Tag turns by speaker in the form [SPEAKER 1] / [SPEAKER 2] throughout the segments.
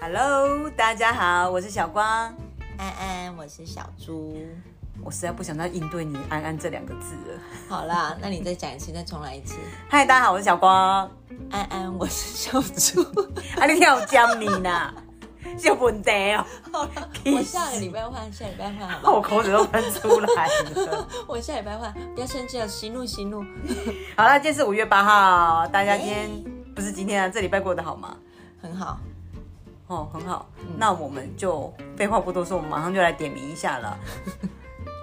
[SPEAKER 1] Hello，大家好，我是小光。
[SPEAKER 2] 安安，我是小猪。
[SPEAKER 1] 我实在不想再应对你“安安”这两个字了。
[SPEAKER 2] 好啦，那你再讲一次，再重来一次。
[SPEAKER 1] 嗨，大家好，我是小光。
[SPEAKER 2] 安安，我是小猪。
[SPEAKER 1] 啊，你跳江你呢？ 是有问题哦，
[SPEAKER 2] 好啦 我下个礼拜换，下礼拜换好吗？
[SPEAKER 1] 我口水都喷出来 了。
[SPEAKER 2] 我下礼拜换，不要生气了，息怒息怒。
[SPEAKER 1] 好了，今天是五月八号，大家今天、
[SPEAKER 2] 耶
[SPEAKER 1] 不是今天啊，这礼拜过得好吗？
[SPEAKER 2] 很好，
[SPEAKER 1] 哦，很好。
[SPEAKER 2] 嗯
[SPEAKER 1] 那我们就废话不多说，我们马上就来点名一下了。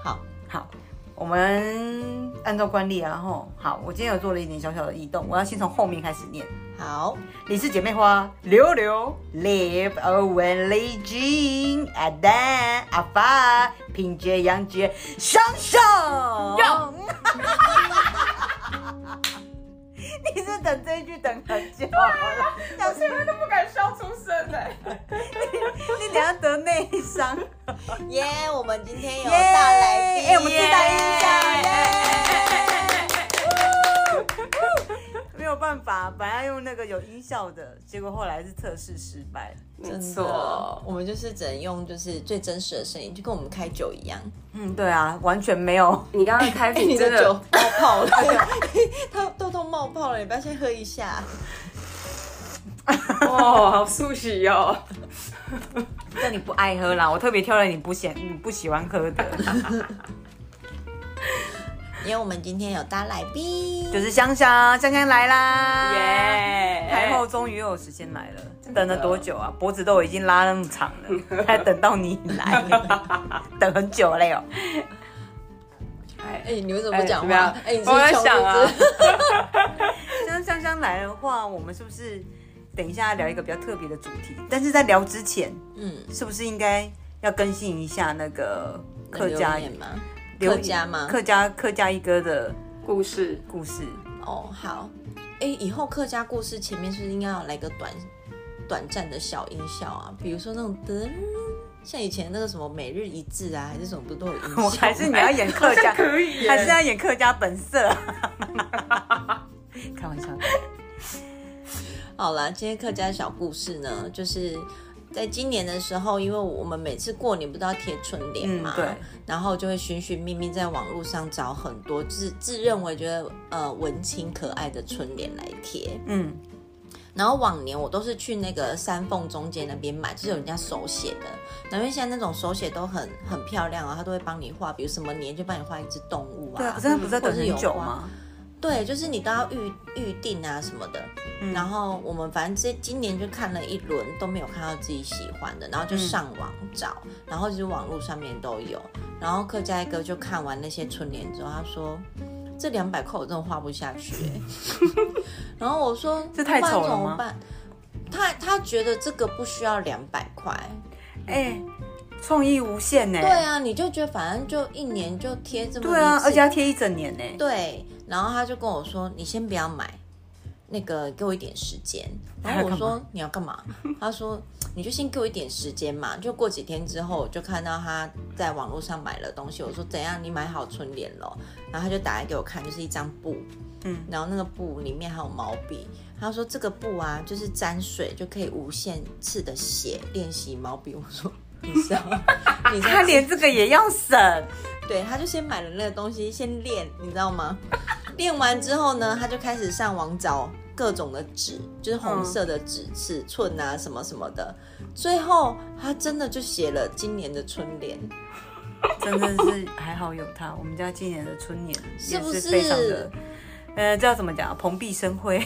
[SPEAKER 2] 好，
[SPEAKER 1] 好，我们按照惯例啊，吼，好，我今天有做了一点小小的异动，我要先从后面开始念。
[SPEAKER 2] 好，
[SPEAKER 1] 你是姐妹花，柳柳，Live Owen Lee Jin Adam 阿发品杰杨杰双手。 你是等这一句等很久了，
[SPEAKER 3] 我现在都不敢笑出声哎、
[SPEAKER 1] 你等下得内 伤。
[SPEAKER 2] 耶、我们今天有
[SPEAKER 1] 耶
[SPEAKER 2] 大来宾，
[SPEAKER 1] 哎我们自带音响 没有办法，本来用那个有音效的，结果后来是测试失败。
[SPEAKER 2] 真
[SPEAKER 3] 没
[SPEAKER 2] 的
[SPEAKER 3] 错，，
[SPEAKER 2] 我们就是只能用就是最真实的声音，就跟我们开酒一样。
[SPEAKER 1] 嗯，对啊，完全没有。
[SPEAKER 3] 你刚刚开
[SPEAKER 2] 哎、 你
[SPEAKER 3] 屏真
[SPEAKER 2] 的酒
[SPEAKER 3] 的，
[SPEAKER 2] 冒泡 了，它豆豆冒泡了，你不要先喝一下。
[SPEAKER 3] 哦，好熟悉 哦。
[SPEAKER 1] 那你不爱喝啦，我特别挑了你不喜你不喜欢喝的，
[SPEAKER 2] 因为我们今天有大来宾，
[SPEAKER 1] 就是香香，香香来啦，
[SPEAKER 3] 耶
[SPEAKER 1] 台
[SPEAKER 2] 哎
[SPEAKER 1] 后终于又有时间来了，等了多久啊？脖子都已经拉那么长了，还等到你 来，等很久哦了哟。
[SPEAKER 3] 哎
[SPEAKER 2] 哎、你为什么不讲
[SPEAKER 3] 哎
[SPEAKER 2] 话？哎、你是不
[SPEAKER 3] 我在
[SPEAKER 2] 是
[SPEAKER 3] 想啊
[SPEAKER 2] 穷日子
[SPEAKER 1] 像香香来的话，我们是不是等一下聊一个比较特别的主题？但是在聊之前，
[SPEAKER 2] 嗯，
[SPEAKER 1] 是不是应该要更新一下那个
[SPEAKER 2] 啊
[SPEAKER 1] 客家
[SPEAKER 2] 留言吗？
[SPEAKER 1] 留
[SPEAKER 2] 客
[SPEAKER 1] 言
[SPEAKER 2] 家吗？
[SPEAKER 1] 客家客家一哥的
[SPEAKER 3] 故事
[SPEAKER 1] 故事，
[SPEAKER 2] 哦，好。哎、以后客家故事前面是不是应该要来个短短暂的小音效啊？比如说那种噔，像以前那个什么每日一字啊，还是什么，不都有音 效吗？
[SPEAKER 1] 我还是你要演客 家，
[SPEAKER 3] 可以耶
[SPEAKER 1] 还是要演客家本色？ 开玩笑，
[SPEAKER 2] 好啦，今天客家小故事呢，就是在今年的时候，因为我们每次过年不都要贴春联嘛、
[SPEAKER 1] 嗯对，
[SPEAKER 2] 然后就会寻寻觅觅在网络上找很多自自认为觉得呃文青可爱的春联来贴。
[SPEAKER 1] 嗯，
[SPEAKER 2] 然后往年我都是去那个山缝中间那边买，就是有人家手写的。然后因为现在那种手写都很很漂亮啊，他都会帮你画，比如什么年就帮你画一只动物啊。
[SPEAKER 1] 对啊，可是他不是在等很久
[SPEAKER 2] 或是有
[SPEAKER 1] 吗？
[SPEAKER 2] 对，就是你都要预预定啊什么的。
[SPEAKER 1] 嗯
[SPEAKER 2] 然后我们反正这今年就看了一轮都没有看到自己喜欢的，
[SPEAKER 1] 嗯
[SPEAKER 2] 然后就上网找，然后就是网络上面都有。然后客家一哥就看完那些春联之后，他说。这两百块我真的花不下去、 欸然后我说
[SPEAKER 1] 这太
[SPEAKER 2] 不然
[SPEAKER 1] 丑了
[SPEAKER 2] 怎么
[SPEAKER 1] 吗
[SPEAKER 2] 办？他他觉得这个不需要两百块，
[SPEAKER 1] 哎，创意无限呢。
[SPEAKER 2] 对啊，你就觉得反正就一年就贴这么
[SPEAKER 1] 对啊
[SPEAKER 2] 一，次
[SPEAKER 1] 而且要贴一整年呢。
[SPEAKER 2] 对，然后他就跟我说：“你先不要买，那个给我一点时间。”然后我
[SPEAKER 1] 他要
[SPEAKER 2] 说：“你要干嘛？” 他说：“你就先给我一点时间嘛。”就过几天之后，我就看到他在网络上买了东西。我说：“怎样？你买好春联了？”然后他就打来给我看，就是一张布，
[SPEAKER 1] 嗯，
[SPEAKER 2] 然后那个布里面还有毛笔。他说：“这个布啊，就是沾水就可以无限次的写练习毛笔。”我说：“你知道， 你知道
[SPEAKER 1] 他连这个也要省，
[SPEAKER 2] 对，他就先买了那个东西，先练，你知道吗？练完之后呢，他就开始上网找各种的纸，就是红色的纸、尺寸啊什么什么的。最后，他真的就写了今年的春联，
[SPEAKER 1] 真的是还好有他。我们家今年的春联
[SPEAKER 2] 是
[SPEAKER 1] 也
[SPEAKER 2] 不
[SPEAKER 1] 是
[SPEAKER 2] 是
[SPEAKER 1] 非常的，呃，叫怎么讲啊，蓬荜生辉。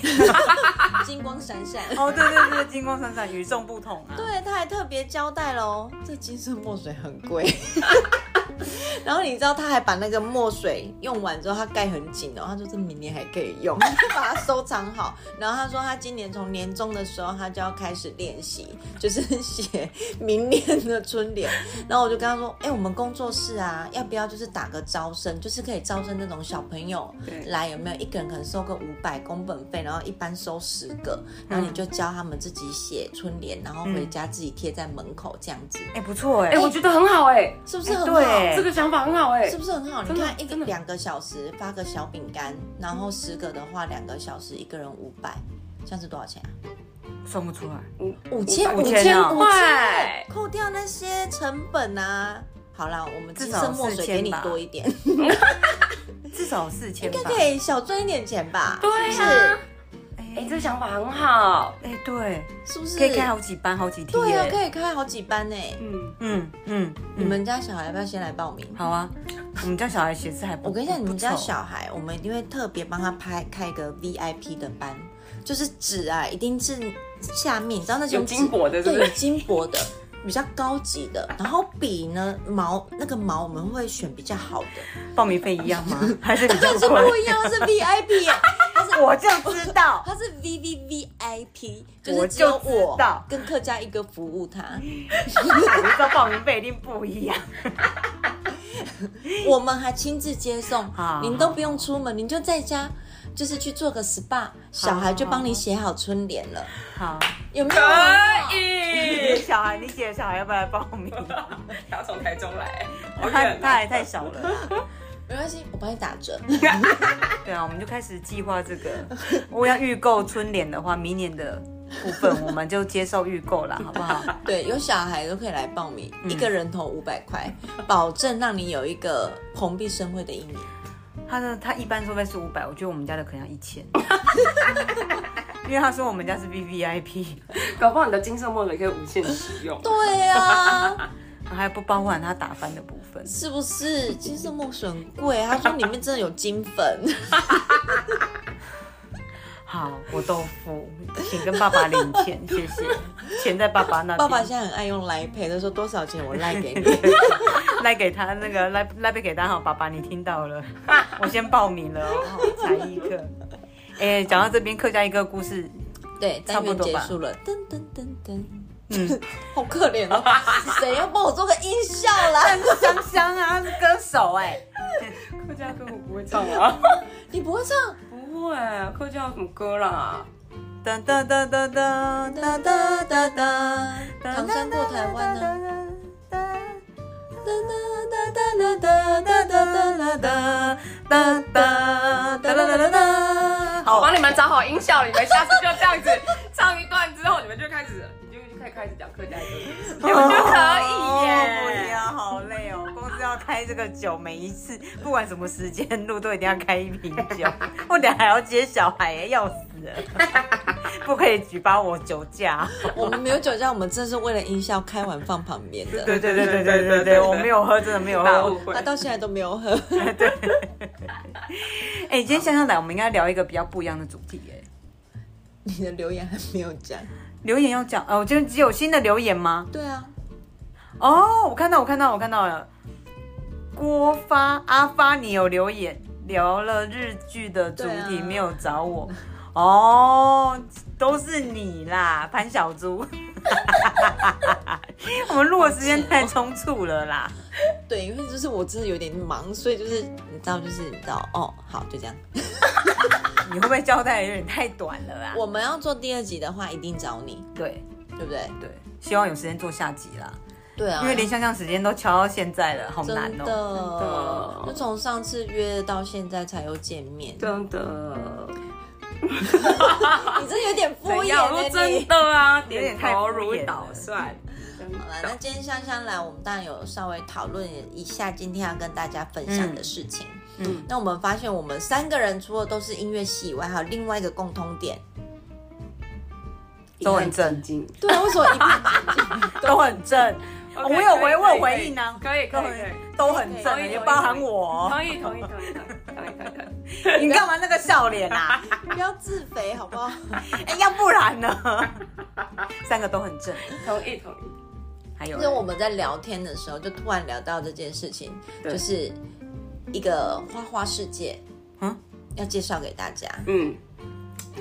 [SPEAKER 2] 金光闪闪。
[SPEAKER 1] 哦，对对对，金光闪闪，与众不同啊。
[SPEAKER 2] 对，他还特别交代喽，这金色墨水很贵。 然后你知道，他还把那个墨水用完之后，他盖很紧哦，他说这明年还可以用， 就把它收藏好。然后他说，他今年从年终的时候，他就要开始练习，就是写明年的春联。 然后我就跟他说，哎、我们工作室啊，要不要就是打个招生，就是可以招生那种小朋友
[SPEAKER 3] 对
[SPEAKER 2] 来，有没有？一个人可能收个五百工本费，然后一般收十个，
[SPEAKER 1] 嗯
[SPEAKER 2] 然后你就教他们自己写春联，然后回家自己贴在门口这样子，
[SPEAKER 1] 哎，不错
[SPEAKER 3] 哎，
[SPEAKER 1] 哎，
[SPEAKER 3] 我觉得很好哎，
[SPEAKER 2] 是不是
[SPEAKER 1] 哎
[SPEAKER 2] 很好？
[SPEAKER 1] 对
[SPEAKER 3] 这个想法很好哎
[SPEAKER 2] 是，不是很好？你
[SPEAKER 3] 真的
[SPEAKER 2] 看一个
[SPEAKER 3] 真的
[SPEAKER 2] 两个小时发个小饼干，然后十个的话，两个小时一个人五百，这样是多少钱啊？
[SPEAKER 1] 算不出来。
[SPEAKER 3] 五
[SPEAKER 2] 五千
[SPEAKER 1] 五
[SPEAKER 2] 五
[SPEAKER 1] 千啊
[SPEAKER 2] 千
[SPEAKER 3] 块
[SPEAKER 2] 扣掉那些成本啊。好啦，我们
[SPEAKER 1] 至
[SPEAKER 2] 金
[SPEAKER 1] 少
[SPEAKER 2] 生墨水给你
[SPEAKER 1] 4000吧
[SPEAKER 2] 多一点，应
[SPEAKER 1] 至少四千吧
[SPEAKER 2] 该。可以小赚一点钱吧？
[SPEAKER 3] 对
[SPEAKER 2] 是
[SPEAKER 3] 啊，哎、
[SPEAKER 1] 哎
[SPEAKER 3] 这想法很好。
[SPEAKER 1] 哎，对，
[SPEAKER 2] 是不是？
[SPEAKER 1] 可以开好几班、好几梯
[SPEAKER 2] 对啊，
[SPEAKER 1] 耶。
[SPEAKER 2] 可以开好几班呢。
[SPEAKER 3] 嗯，
[SPEAKER 1] 嗯嗯，
[SPEAKER 2] 你
[SPEAKER 1] 嗯
[SPEAKER 2] 们家小孩要不要先来报名？
[SPEAKER 1] 好啊。我们家小孩写字还不，
[SPEAKER 2] 我跟你讲，你们家
[SPEAKER 1] 不错
[SPEAKER 2] 小孩，我们一定会特别帮他拍开一个 VIP 的班，就是纸啊，一定是下面，你知道那种
[SPEAKER 3] 有
[SPEAKER 2] 纸
[SPEAKER 3] 金箔的是不
[SPEAKER 2] 对，
[SPEAKER 3] 是
[SPEAKER 2] 有金箔的， 比较高级的。然后笔呢，毛那个毛我们会选比较好的，
[SPEAKER 1] 报名费一样 吗？还是比较
[SPEAKER 2] 但是不
[SPEAKER 1] 贵？
[SPEAKER 2] 一样，是 VIP，耶它 是
[SPEAKER 1] 我就知道，
[SPEAKER 2] 它是 V V V I P，就
[SPEAKER 1] 我
[SPEAKER 2] 是
[SPEAKER 1] 就
[SPEAKER 2] 只有
[SPEAKER 1] 知
[SPEAKER 2] 我
[SPEAKER 1] 道
[SPEAKER 2] 跟客家一个服务他，
[SPEAKER 1] 我知道报名费一定不一 样。
[SPEAKER 2] 我们还亲自接送
[SPEAKER 1] 好，
[SPEAKER 2] 您都不用出门，您就在家。就是去做个 SPA，小孩就帮你写好春联了。
[SPEAKER 1] 好，
[SPEAKER 2] 有
[SPEAKER 3] 嗯
[SPEAKER 2] 没有？
[SPEAKER 3] 可
[SPEAKER 1] 你的
[SPEAKER 3] 以。
[SPEAKER 1] 小孩，你姐的小孩要不要来报 名？
[SPEAKER 3] 他要从台中来，好
[SPEAKER 1] 他
[SPEAKER 3] 远、
[SPEAKER 1] 他还
[SPEAKER 3] 哦。
[SPEAKER 1] 太小了啦。
[SPEAKER 2] 没关系，我帮你打折。
[SPEAKER 1] 对啊，我们就开始计划这个。我要预购春联的话，明年的部分我们就接受预购 啦，好不好？
[SPEAKER 2] 对，有小孩都可以来报名，
[SPEAKER 1] 嗯
[SPEAKER 2] 一个人头五百 块，保证让你有一个蓬荜生辉的一年。
[SPEAKER 1] 他的他一般收费是五百，我觉得我们家的可能要一千， 因为他说我们家是 V V I P，
[SPEAKER 3] 搞不好你的金色墨水可以无限使用。
[SPEAKER 2] 对啊，
[SPEAKER 1] 还不包含他打翻的部分。
[SPEAKER 2] 是不是？金色墨水很贵，他说里面真的有金 粉。
[SPEAKER 1] 好，我都付，请跟爸爸领 钱，谢谢，钱在爸爸那边。
[SPEAKER 2] 爸爸现在很爱用来赔，他说多少钱我赖给你。
[SPEAKER 1] 赖给他那个赖赖贝给他好，爸爸你听到 了，我先报名了哦，才艺课。 哎、讲到这边客家一个故事，
[SPEAKER 2] 对，
[SPEAKER 1] 差
[SPEAKER 2] 单
[SPEAKER 1] 不
[SPEAKER 2] 元
[SPEAKER 1] 多
[SPEAKER 2] 结
[SPEAKER 1] 吧
[SPEAKER 2] 束了，噔噔噔噔，
[SPEAKER 1] 嗯，
[SPEAKER 2] 好可怜哦，谁要帮我做个音效啦？
[SPEAKER 1] 香香啊，是歌手哎、
[SPEAKER 3] 客家歌我不会唱啊，
[SPEAKER 2] 你不会唱？
[SPEAKER 3] 不会，啊客家有什么歌啦？
[SPEAKER 1] 哒哒哒哒哒
[SPEAKER 2] 哒
[SPEAKER 1] 哒哒
[SPEAKER 2] 哒哒哒，唐
[SPEAKER 1] 唐
[SPEAKER 2] 山
[SPEAKER 1] 山
[SPEAKER 2] 过
[SPEAKER 1] 过
[SPEAKER 2] 台
[SPEAKER 1] 台
[SPEAKER 2] 湾
[SPEAKER 1] 湾
[SPEAKER 2] 呢、
[SPEAKER 1] 呢。
[SPEAKER 2] 哒哒哒哒哒哒哒哒哒哒
[SPEAKER 1] 哒哒哒哒哒哒，
[SPEAKER 3] 我
[SPEAKER 1] 好，
[SPEAKER 3] 帮你们找好音效，你们下次就这样子唱一段之后，你们就开始，你就就可以开始讲客家歌，你
[SPEAKER 1] 哦
[SPEAKER 3] 们就可以
[SPEAKER 1] 不
[SPEAKER 3] 耶。
[SPEAKER 1] 要，好累哦，公司要开这个酒，每一次不管什么时间录都一定要开一瓶酒，我等下还要接小孩耶，要死了，不可以举报我酒驾。
[SPEAKER 2] 我们没有酒驾，我们真是为了音效开完放旁边的，
[SPEAKER 1] 对对对对对对对，我没有喝，真的没有
[SPEAKER 3] 大误
[SPEAKER 1] 喝。
[SPEAKER 3] 会
[SPEAKER 2] 他，到现在都没有喝。
[SPEAKER 1] 哎，今天想想来，我们应该聊一个比较不一样的主题哎。
[SPEAKER 2] 你的留言还没有讲。
[SPEAKER 1] 留言要讲哦，就只有新的留言吗？
[SPEAKER 2] 对啊，
[SPEAKER 1] 哦，我看到，我看到，我看到了。郭发阿发，你有留言聊了日剧的主
[SPEAKER 2] 对
[SPEAKER 1] 题，
[SPEAKER 2] 啊
[SPEAKER 1] 没有找 我。哦，都是你啦，潘小猪。 我们录的时间太匆促了啦。
[SPEAKER 2] 对，因为就是我真的有点忙，所以就是你知道，就是你知道，哦，好，就这样。
[SPEAKER 1] 你会不会交代有点太短了啦？
[SPEAKER 2] 我们要做第二集的话，一定找你，
[SPEAKER 1] 对
[SPEAKER 2] 对不对？
[SPEAKER 1] 对，希望有时间做下集啦，
[SPEAKER 2] 对啊，
[SPEAKER 1] 因为连香香时间都敲到现在了，好
[SPEAKER 2] 真
[SPEAKER 1] 难
[SPEAKER 2] 的，
[SPEAKER 1] 哦。
[SPEAKER 3] 的
[SPEAKER 2] 就从上次约到现在才又见面，
[SPEAKER 3] 真的。
[SPEAKER 2] 你这有点敷
[SPEAKER 3] 怎
[SPEAKER 2] 衍
[SPEAKER 3] 样？
[SPEAKER 2] 了、
[SPEAKER 3] 我说
[SPEAKER 2] 你。
[SPEAKER 3] 真的啊，
[SPEAKER 1] 有点
[SPEAKER 3] 点
[SPEAKER 1] 太敷
[SPEAKER 3] 头
[SPEAKER 1] 衍了
[SPEAKER 3] 如捣蒜。
[SPEAKER 2] 好了，那今天香香来，我们当然有稍微讨论一下今天要跟大家分享的事情。嗯，那我们发现我们三个人除了都是音乐系以外，还有另外一个共通点。
[SPEAKER 1] 都很正
[SPEAKER 3] 经。
[SPEAKER 2] 对，啊为什么一
[SPEAKER 1] 都很正。哦
[SPEAKER 3] OK，
[SPEAKER 1] 我有
[SPEAKER 3] 可以
[SPEAKER 1] 回
[SPEAKER 3] 可以
[SPEAKER 1] 我回应啊呢，
[SPEAKER 3] 可以可以可以，
[SPEAKER 1] 都很
[SPEAKER 2] 可以
[SPEAKER 1] 正，啊
[SPEAKER 2] 可以
[SPEAKER 1] 也包含我。
[SPEAKER 3] 同意同意同意同意同意同意。
[SPEAKER 1] 你干嘛那个笑脸啊？
[SPEAKER 2] 不要自肥好不 好？
[SPEAKER 1] 哎，要不然呢？ 三个都很正，
[SPEAKER 3] 同意同意，
[SPEAKER 1] 还有
[SPEAKER 2] 就是我
[SPEAKER 1] 嘞
[SPEAKER 2] 们在聊天的时候，就突然聊到这件事情，
[SPEAKER 3] 对
[SPEAKER 2] 就是一个花花世界，嗯
[SPEAKER 1] 嗯，
[SPEAKER 2] 要介绍给大家。
[SPEAKER 3] 嗯，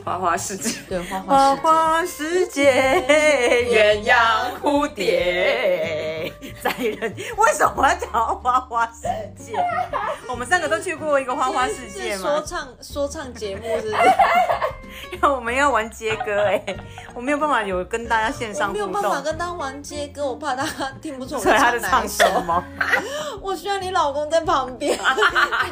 [SPEAKER 3] 花花世界，
[SPEAKER 2] 对，花花
[SPEAKER 1] 花
[SPEAKER 2] 世界。
[SPEAKER 1] 花世界，
[SPEAKER 3] 鸳鸯蝴
[SPEAKER 1] 蝶在人。为什么要讲到花花世 界？我们三个都去过一个花花世界
[SPEAKER 2] 是说
[SPEAKER 1] 吗？
[SPEAKER 2] 唱说唱节目是不是？
[SPEAKER 1] 有，我们要玩接歌哎、我没有办法有跟大家线
[SPEAKER 2] 我
[SPEAKER 1] 上互
[SPEAKER 2] 没有办法
[SPEAKER 1] 动，
[SPEAKER 2] 跟他玩接歌，我怕他 听不出我
[SPEAKER 1] 所以
[SPEAKER 2] 们
[SPEAKER 1] 他在
[SPEAKER 2] 哪
[SPEAKER 1] 唱
[SPEAKER 2] 一
[SPEAKER 1] 什
[SPEAKER 2] 首。
[SPEAKER 1] 么？
[SPEAKER 2] 我需要你老公在旁边， 他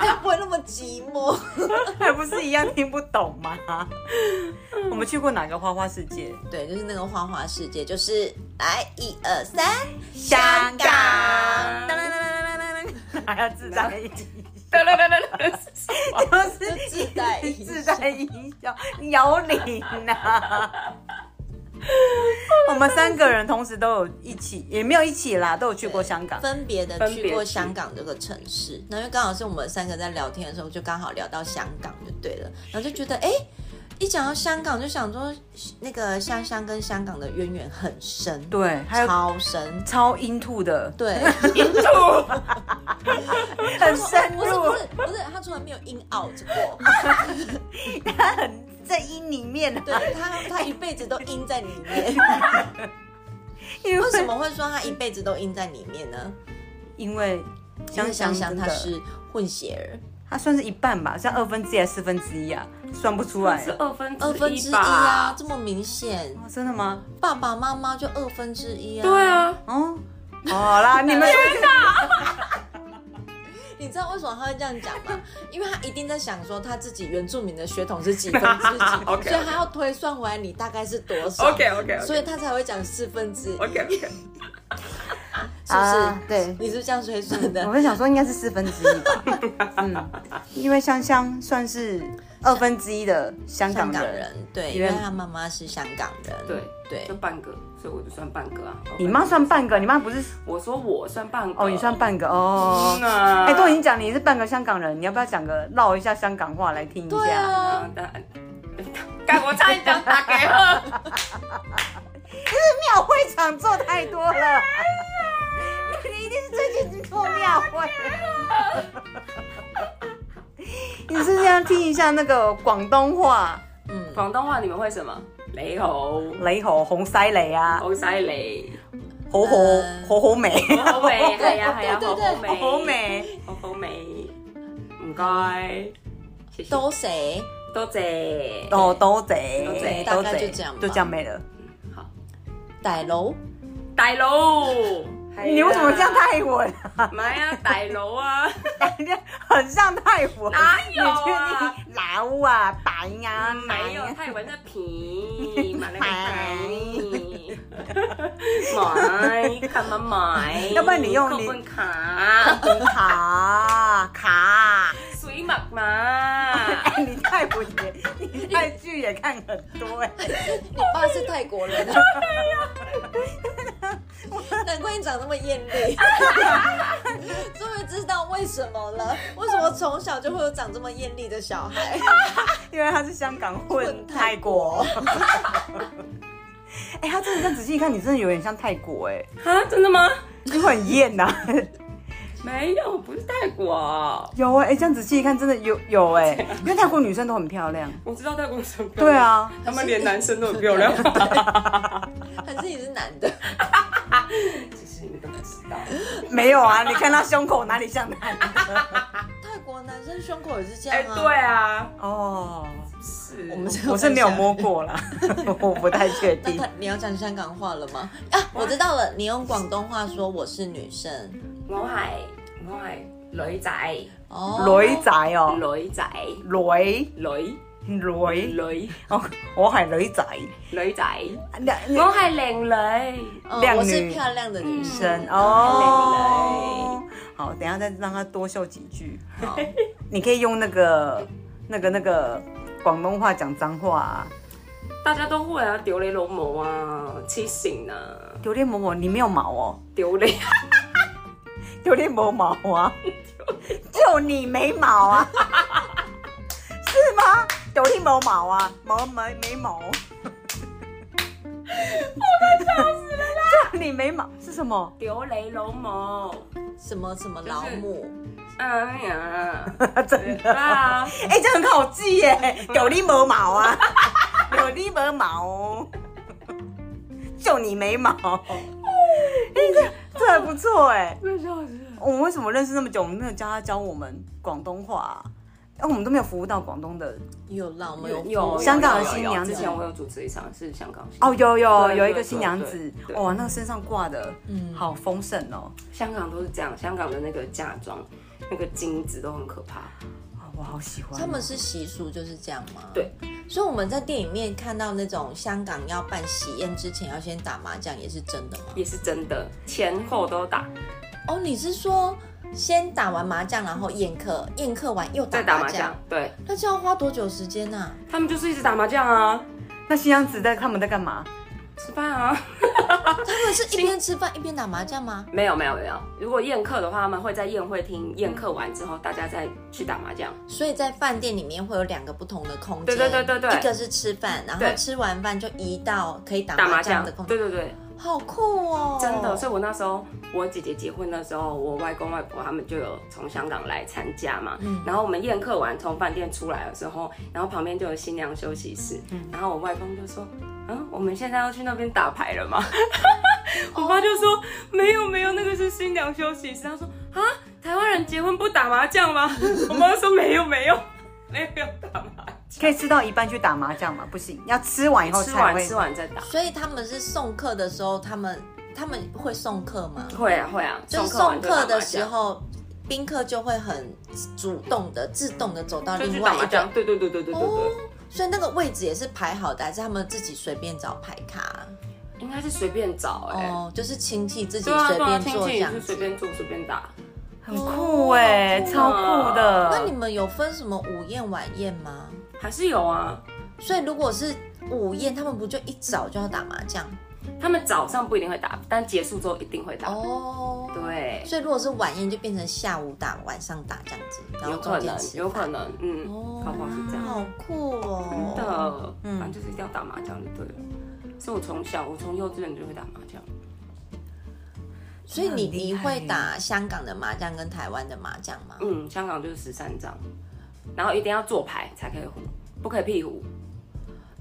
[SPEAKER 2] 就不会那么寂寞。
[SPEAKER 1] 还不是一样听不懂吗？ 我们去过哪个花花世界？
[SPEAKER 2] 对，就是那个花花世界，就是来一二三，
[SPEAKER 1] 香
[SPEAKER 2] 港
[SPEAKER 1] 当当当当当当当还要自带一集，
[SPEAKER 3] 噔噔噔噔噔是什么
[SPEAKER 1] 就是
[SPEAKER 2] 就自带音
[SPEAKER 1] 自带音效，摇铃 呐。我们三个人同时都有一起，也没有一起啦，都有去过香港。
[SPEAKER 2] 分别的
[SPEAKER 3] 分别
[SPEAKER 2] 去过
[SPEAKER 3] 去
[SPEAKER 2] 香港这个城市。那因为刚好是我们三个在聊天的时候，就刚好聊到香港就对了，然后就觉得哎。诶一讲到香港，就想说那个香香跟香港的渊源很深，，
[SPEAKER 1] 对，还有
[SPEAKER 2] 超深，
[SPEAKER 1] 超 into 的，
[SPEAKER 2] 对，
[SPEAKER 1] 很深
[SPEAKER 2] 不是不
[SPEAKER 1] 入，
[SPEAKER 2] 是不是，他从来没有 in out 过，
[SPEAKER 1] 他很在音里面啊。
[SPEAKER 2] 对他他一辈子都 in 在里面。
[SPEAKER 1] 因为
[SPEAKER 2] 为什么会说他一辈子都印在里面呢？
[SPEAKER 1] 因为
[SPEAKER 2] 因为
[SPEAKER 1] 香
[SPEAKER 2] 香
[SPEAKER 1] 香
[SPEAKER 2] 香
[SPEAKER 1] 真
[SPEAKER 2] 他
[SPEAKER 1] 的
[SPEAKER 2] 是混血儿，
[SPEAKER 1] 它算是一半吧，像二分之一还是四分之一啊，算不出来
[SPEAKER 3] 是。二分
[SPEAKER 2] 二分之
[SPEAKER 3] 之
[SPEAKER 2] 一
[SPEAKER 3] 一
[SPEAKER 2] 啊
[SPEAKER 3] 吧，？
[SPEAKER 2] 这么明显，
[SPEAKER 1] 哦真的吗？
[SPEAKER 2] 爸爸妈妈就二分之一啊。
[SPEAKER 3] 对，啊，
[SPEAKER 1] 哦，好 啦，你们
[SPEAKER 2] 你知道为什么他会这样讲吗？因为他一定在想说他自己原住民的血统是几分之几，
[SPEAKER 3] OK，OK
[SPEAKER 2] 所以他要推算回来你大概是多少。
[SPEAKER 3] OK OK OK
[SPEAKER 2] 所以他才会讲四分之一
[SPEAKER 3] OK OK，
[SPEAKER 2] 是不是？
[SPEAKER 1] 啊 对
[SPEAKER 2] 你是不是这样推算的
[SPEAKER 1] 我。在想说应该是四分之一吧， 嗯，因为香香算是二分之一的香
[SPEAKER 2] 香
[SPEAKER 1] 港
[SPEAKER 2] 港
[SPEAKER 1] 人，
[SPEAKER 2] 人对，因
[SPEAKER 1] 因为
[SPEAKER 2] 为他妈妈是香港人，
[SPEAKER 3] 对
[SPEAKER 2] 对
[SPEAKER 3] 就，半个，所以我就算半个啊。
[SPEAKER 1] 你妈算半个，你妈不是
[SPEAKER 3] 我说我算半个
[SPEAKER 1] 哦，你算半个哦。
[SPEAKER 2] 嗯
[SPEAKER 3] 啊
[SPEAKER 1] 哎，都已经讲你是半个香港人，你要不要讲个绕一下香港话来听一
[SPEAKER 2] 对
[SPEAKER 1] 下？
[SPEAKER 2] 啊，
[SPEAKER 3] 啊，但 干我差点讲打给我，
[SPEAKER 1] 庙会场做太多了，你一定是最近做庙会。你是不是要听一下那个广东话，
[SPEAKER 2] 嗯，
[SPEAKER 3] 广东话你们会什么？你好，
[SPEAKER 1] 雷吼红腮雷啊，
[SPEAKER 3] 好犀利，
[SPEAKER 1] 吼吼
[SPEAKER 2] 呃
[SPEAKER 1] 吼吼美，
[SPEAKER 3] 好好味，系啊 系啊，
[SPEAKER 2] 对对
[SPEAKER 3] 好好
[SPEAKER 2] 对
[SPEAKER 3] 味，
[SPEAKER 1] 吼吼，美，
[SPEAKER 3] 好好味，唔該，謝謝
[SPEAKER 2] 都谁？
[SPEAKER 3] 多謝，
[SPEAKER 1] 多多贼，
[SPEAKER 3] 多贼
[SPEAKER 2] 大概就这样吧
[SPEAKER 1] 就这样没了。
[SPEAKER 3] 好，
[SPEAKER 2] 歹楼。
[SPEAKER 3] 大佬，
[SPEAKER 1] 你为什么这样泰文啊？
[SPEAKER 3] 唔係啊，大佬啊，
[SPEAKER 1] 很像泰文，
[SPEAKER 3] 哪有
[SPEAKER 1] 你
[SPEAKER 3] 啊
[SPEAKER 1] 确定？老啊，白啊，
[SPEAKER 3] 沒嗯有
[SPEAKER 1] 奶啊
[SPEAKER 3] 泰文的皮，買那個皮，買，看嘛買，
[SPEAKER 1] 要不然你用你
[SPEAKER 3] 扣分卡，
[SPEAKER 1] 啊 卡卡。
[SPEAKER 3] 水墨嘛，
[SPEAKER 1] 哎，你泰文也，你泰剧也看很多哎、
[SPEAKER 2] 你爸是泰国人、啊，难怪你长那么艳 丽。终于知道为什么了，为什么从小就会有长这么艳丽的小孩？
[SPEAKER 1] 因为他是香港混
[SPEAKER 2] 混泰
[SPEAKER 1] 泰 国。哎、他真的这样仔细一看，你真的有点像泰国哎、
[SPEAKER 3] 啊，真的嗎？
[SPEAKER 1] 你会很艳 呐、
[SPEAKER 3] 沒有，不是泰國，
[SPEAKER 1] 有哎、哎、这样仔细一看，真的有有 哎、因为泰国女生都很漂亮。
[SPEAKER 3] 我知道泰國什麼，
[SPEAKER 1] 对，啊，
[SPEAKER 3] 他們連男生都很漂亮。
[SPEAKER 2] 还是你是男的？
[SPEAKER 3] 其实你们都不知道。
[SPEAKER 1] 没有啊，你看她胸口哪里像男 的？
[SPEAKER 2] 泰国男生胸口也是这
[SPEAKER 3] 哎、
[SPEAKER 2] 样啊？
[SPEAKER 3] 对啊，
[SPEAKER 1] 哦，
[SPEAKER 3] 是
[SPEAKER 2] 我们
[SPEAKER 1] 我是没有摸。过啦， 我不太确
[SPEAKER 2] 那
[SPEAKER 1] 定
[SPEAKER 2] 他。你要讲香港话了吗？啊，我知道了，你用广东话说我是女生
[SPEAKER 3] 我係我係女仔，
[SPEAKER 2] 哦，
[SPEAKER 1] 女仔哦，
[SPEAKER 3] 女仔，
[SPEAKER 1] 女
[SPEAKER 3] 女
[SPEAKER 1] 女
[SPEAKER 3] 女
[SPEAKER 1] 哦，我係女仔，
[SPEAKER 3] 女仔，
[SPEAKER 1] 你你
[SPEAKER 3] 我係靚女，嗯
[SPEAKER 2] 哦
[SPEAKER 1] 靓女
[SPEAKER 2] 我是漂亮的女生。
[SPEAKER 1] 生哦。好，等一下再让他多秀几句。
[SPEAKER 2] 好
[SPEAKER 1] 你可以用那个、那个、那个广东话讲脏话、啊。
[SPEAKER 3] 大家都會啊，屌你老母啊，黐線啊，
[SPEAKER 1] 榴莲某某，你没有毛哦。
[SPEAKER 3] 屌你，
[SPEAKER 1] 榴莲某毛啊，就你没毛啊，是吗？榴莲某毛啊，毛没没毛。我快笑死了 啦！就你没毛是什么？
[SPEAKER 3] 屌你老母，
[SPEAKER 2] 什么什么老母，
[SPEAKER 3] 哎呀，
[SPEAKER 1] 真的
[SPEAKER 3] 啊，
[SPEAKER 1] 哎、这很好记耶，有你没毛啊， 有你没毛，就你没 毛。哎、这这还不错哎。
[SPEAKER 3] 被笑死了。
[SPEAKER 1] 我们为什么认识那么久，我们没有教他教我们广东话啊、哎，我们都没有服务到广东的
[SPEAKER 2] 有啦，我们有
[SPEAKER 3] 有
[SPEAKER 2] 服务
[SPEAKER 1] 香港的
[SPEAKER 3] 有有
[SPEAKER 1] 新
[SPEAKER 3] 有
[SPEAKER 1] 娘
[SPEAKER 3] 之
[SPEAKER 1] 子
[SPEAKER 3] 前我有主持一场是香港新
[SPEAKER 1] 哦，有有
[SPEAKER 3] 对
[SPEAKER 1] 有一
[SPEAKER 3] 对
[SPEAKER 1] 个新
[SPEAKER 3] 对
[SPEAKER 1] 娘
[SPEAKER 3] 对
[SPEAKER 1] 子，
[SPEAKER 3] 对
[SPEAKER 1] 哇，那个身上挂的，
[SPEAKER 2] 嗯
[SPEAKER 1] 好丰盛哦，
[SPEAKER 3] 香港都是这样，香港的那个嫁妆，那个金子都很可怕。
[SPEAKER 1] 啊我好喜欢哦。
[SPEAKER 2] 他们是习俗就是这样吗？
[SPEAKER 3] 对，
[SPEAKER 2] 所以我们在电影面看到那种香港要办喜宴之前要先打麻将，也是真的吗？
[SPEAKER 3] 也是真的，前后都打，
[SPEAKER 2] 哦，你是说先打完麻将，然后宴客，宴客完又打
[SPEAKER 3] 再打麻
[SPEAKER 2] 麻
[SPEAKER 3] 将，对
[SPEAKER 2] 那这要花多久时间啊呐、
[SPEAKER 3] 他们就是一直打麻将啊，
[SPEAKER 1] 那新娘子在他们在干嘛？
[SPEAKER 3] 吃饭啊。
[SPEAKER 2] 他们是一边吃饭一边打麻将吗？
[SPEAKER 3] 没有没有没有，如果宴客的话，他们会在宴会厅宴客完之后，大家再去打麻将。
[SPEAKER 2] 所以在饭店里面会有两个不同的空间，
[SPEAKER 3] 对对对对对
[SPEAKER 2] 一个是吃饭，然后
[SPEAKER 3] 对
[SPEAKER 2] 吃完饭就移到可以打
[SPEAKER 3] 打麻
[SPEAKER 2] 麻
[SPEAKER 3] 将
[SPEAKER 2] 将的空，间
[SPEAKER 3] 对，对对，
[SPEAKER 2] 好酷哦！
[SPEAKER 3] 真的。所以我那时候我姐姐结婚的时候，我外公外婆他们就有从香港来参加嘛。然后我们宴客完从饭店出来的时候，然后旁边就有新娘休息室，然后我外公就说：“嗯，我们现在要去那边打牌了吗？”我爸就说：“没有没有，那个是新娘休息室。”他说：“啊，台湾人结婚不打麻将吗？”我妈说：“没有没有 没有打麻
[SPEAKER 1] 可以吃到一半去打麻将吗？不行，要吃完以后
[SPEAKER 3] 将，吃
[SPEAKER 1] 哦才
[SPEAKER 3] 完
[SPEAKER 1] 会。
[SPEAKER 3] 吃完再打。”
[SPEAKER 2] 所以他们是送客的时候，他们他们会送客吗？
[SPEAKER 3] 会啊会啊，
[SPEAKER 2] 就是
[SPEAKER 3] 完
[SPEAKER 2] 送
[SPEAKER 3] 就打麻
[SPEAKER 2] 客
[SPEAKER 3] 将
[SPEAKER 2] 的时候，宾客就会很主动的、自动的走到
[SPEAKER 3] 就去
[SPEAKER 2] 另
[SPEAKER 3] 打
[SPEAKER 2] 外
[SPEAKER 3] 麻
[SPEAKER 2] 一
[SPEAKER 3] 将
[SPEAKER 2] 个，。
[SPEAKER 3] 对对对对对对对
[SPEAKER 2] 哦。所以那个位置也是排好的，还是他们自己随便找牌卡？
[SPEAKER 3] 应该是随便找哎、欸。
[SPEAKER 2] 哦，就是亲戚自己
[SPEAKER 3] 对啊，
[SPEAKER 2] 随
[SPEAKER 3] 对啊，
[SPEAKER 2] 便
[SPEAKER 3] 亲
[SPEAKER 2] 做这
[SPEAKER 3] 戚
[SPEAKER 2] 样
[SPEAKER 3] 是随
[SPEAKER 2] 子。
[SPEAKER 3] 便做随便打，
[SPEAKER 1] 很酷哎、
[SPEAKER 2] 哦好酷
[SPEAKER 1] 超
[SPEAKER 3] 哦
[SPEAKER 1] 酷的。
[SPEAKER 2] 那你们有分什么午宴、晚宴吗？
[SPEAKER 3] 还是有啊。
[SPEAKER 2] 所以如果是午宴，他们不就一早就要打麻将？
[SPEAKER 3] 他们早上不一定会打，但结束之后一定会打。
[SPEAKER 2] 哦，
[SPEAKER 3] 对，
[SPEAKER 2] 所以如果是晚宴，就变成下午打、晚上打这样子，然后
[SPEAKER 3] 有可
[SPEAKER 2] 中间
[SPEAKER 3] 能，
[SPEAKER 2] 吃
[SPEAKER 3] 有
[SPEAKER 2] 饭
[SPEAKER 3] 可能，嗯，
[SPEAKER 2] 哦，
[SPEAKER 3] 搞不好是这样
[SPEAKER 2] 好酷哦！
[SPEAKER 3] 的。
[SPEAKER 1] 嗯
[SPEAKER 3] 反正就是一定要打麻将就对了。所以我从小，我从幼稚园就会打麻将。
[SPEAKER 2] 所以你
[SPEAKER 1] 很厉
[SPEAKER 2] 你
[SPEAKER 1] 害
[SPEAKER 2] 会
[SPEAKER 1] 耶
[SPEAKER 2] 打香港的麻将跟台湾的麻将吗？
[SPEAKER 3] 嗯，香港就是十三张，然后一定要做牌才可以胡，不可以屁胡。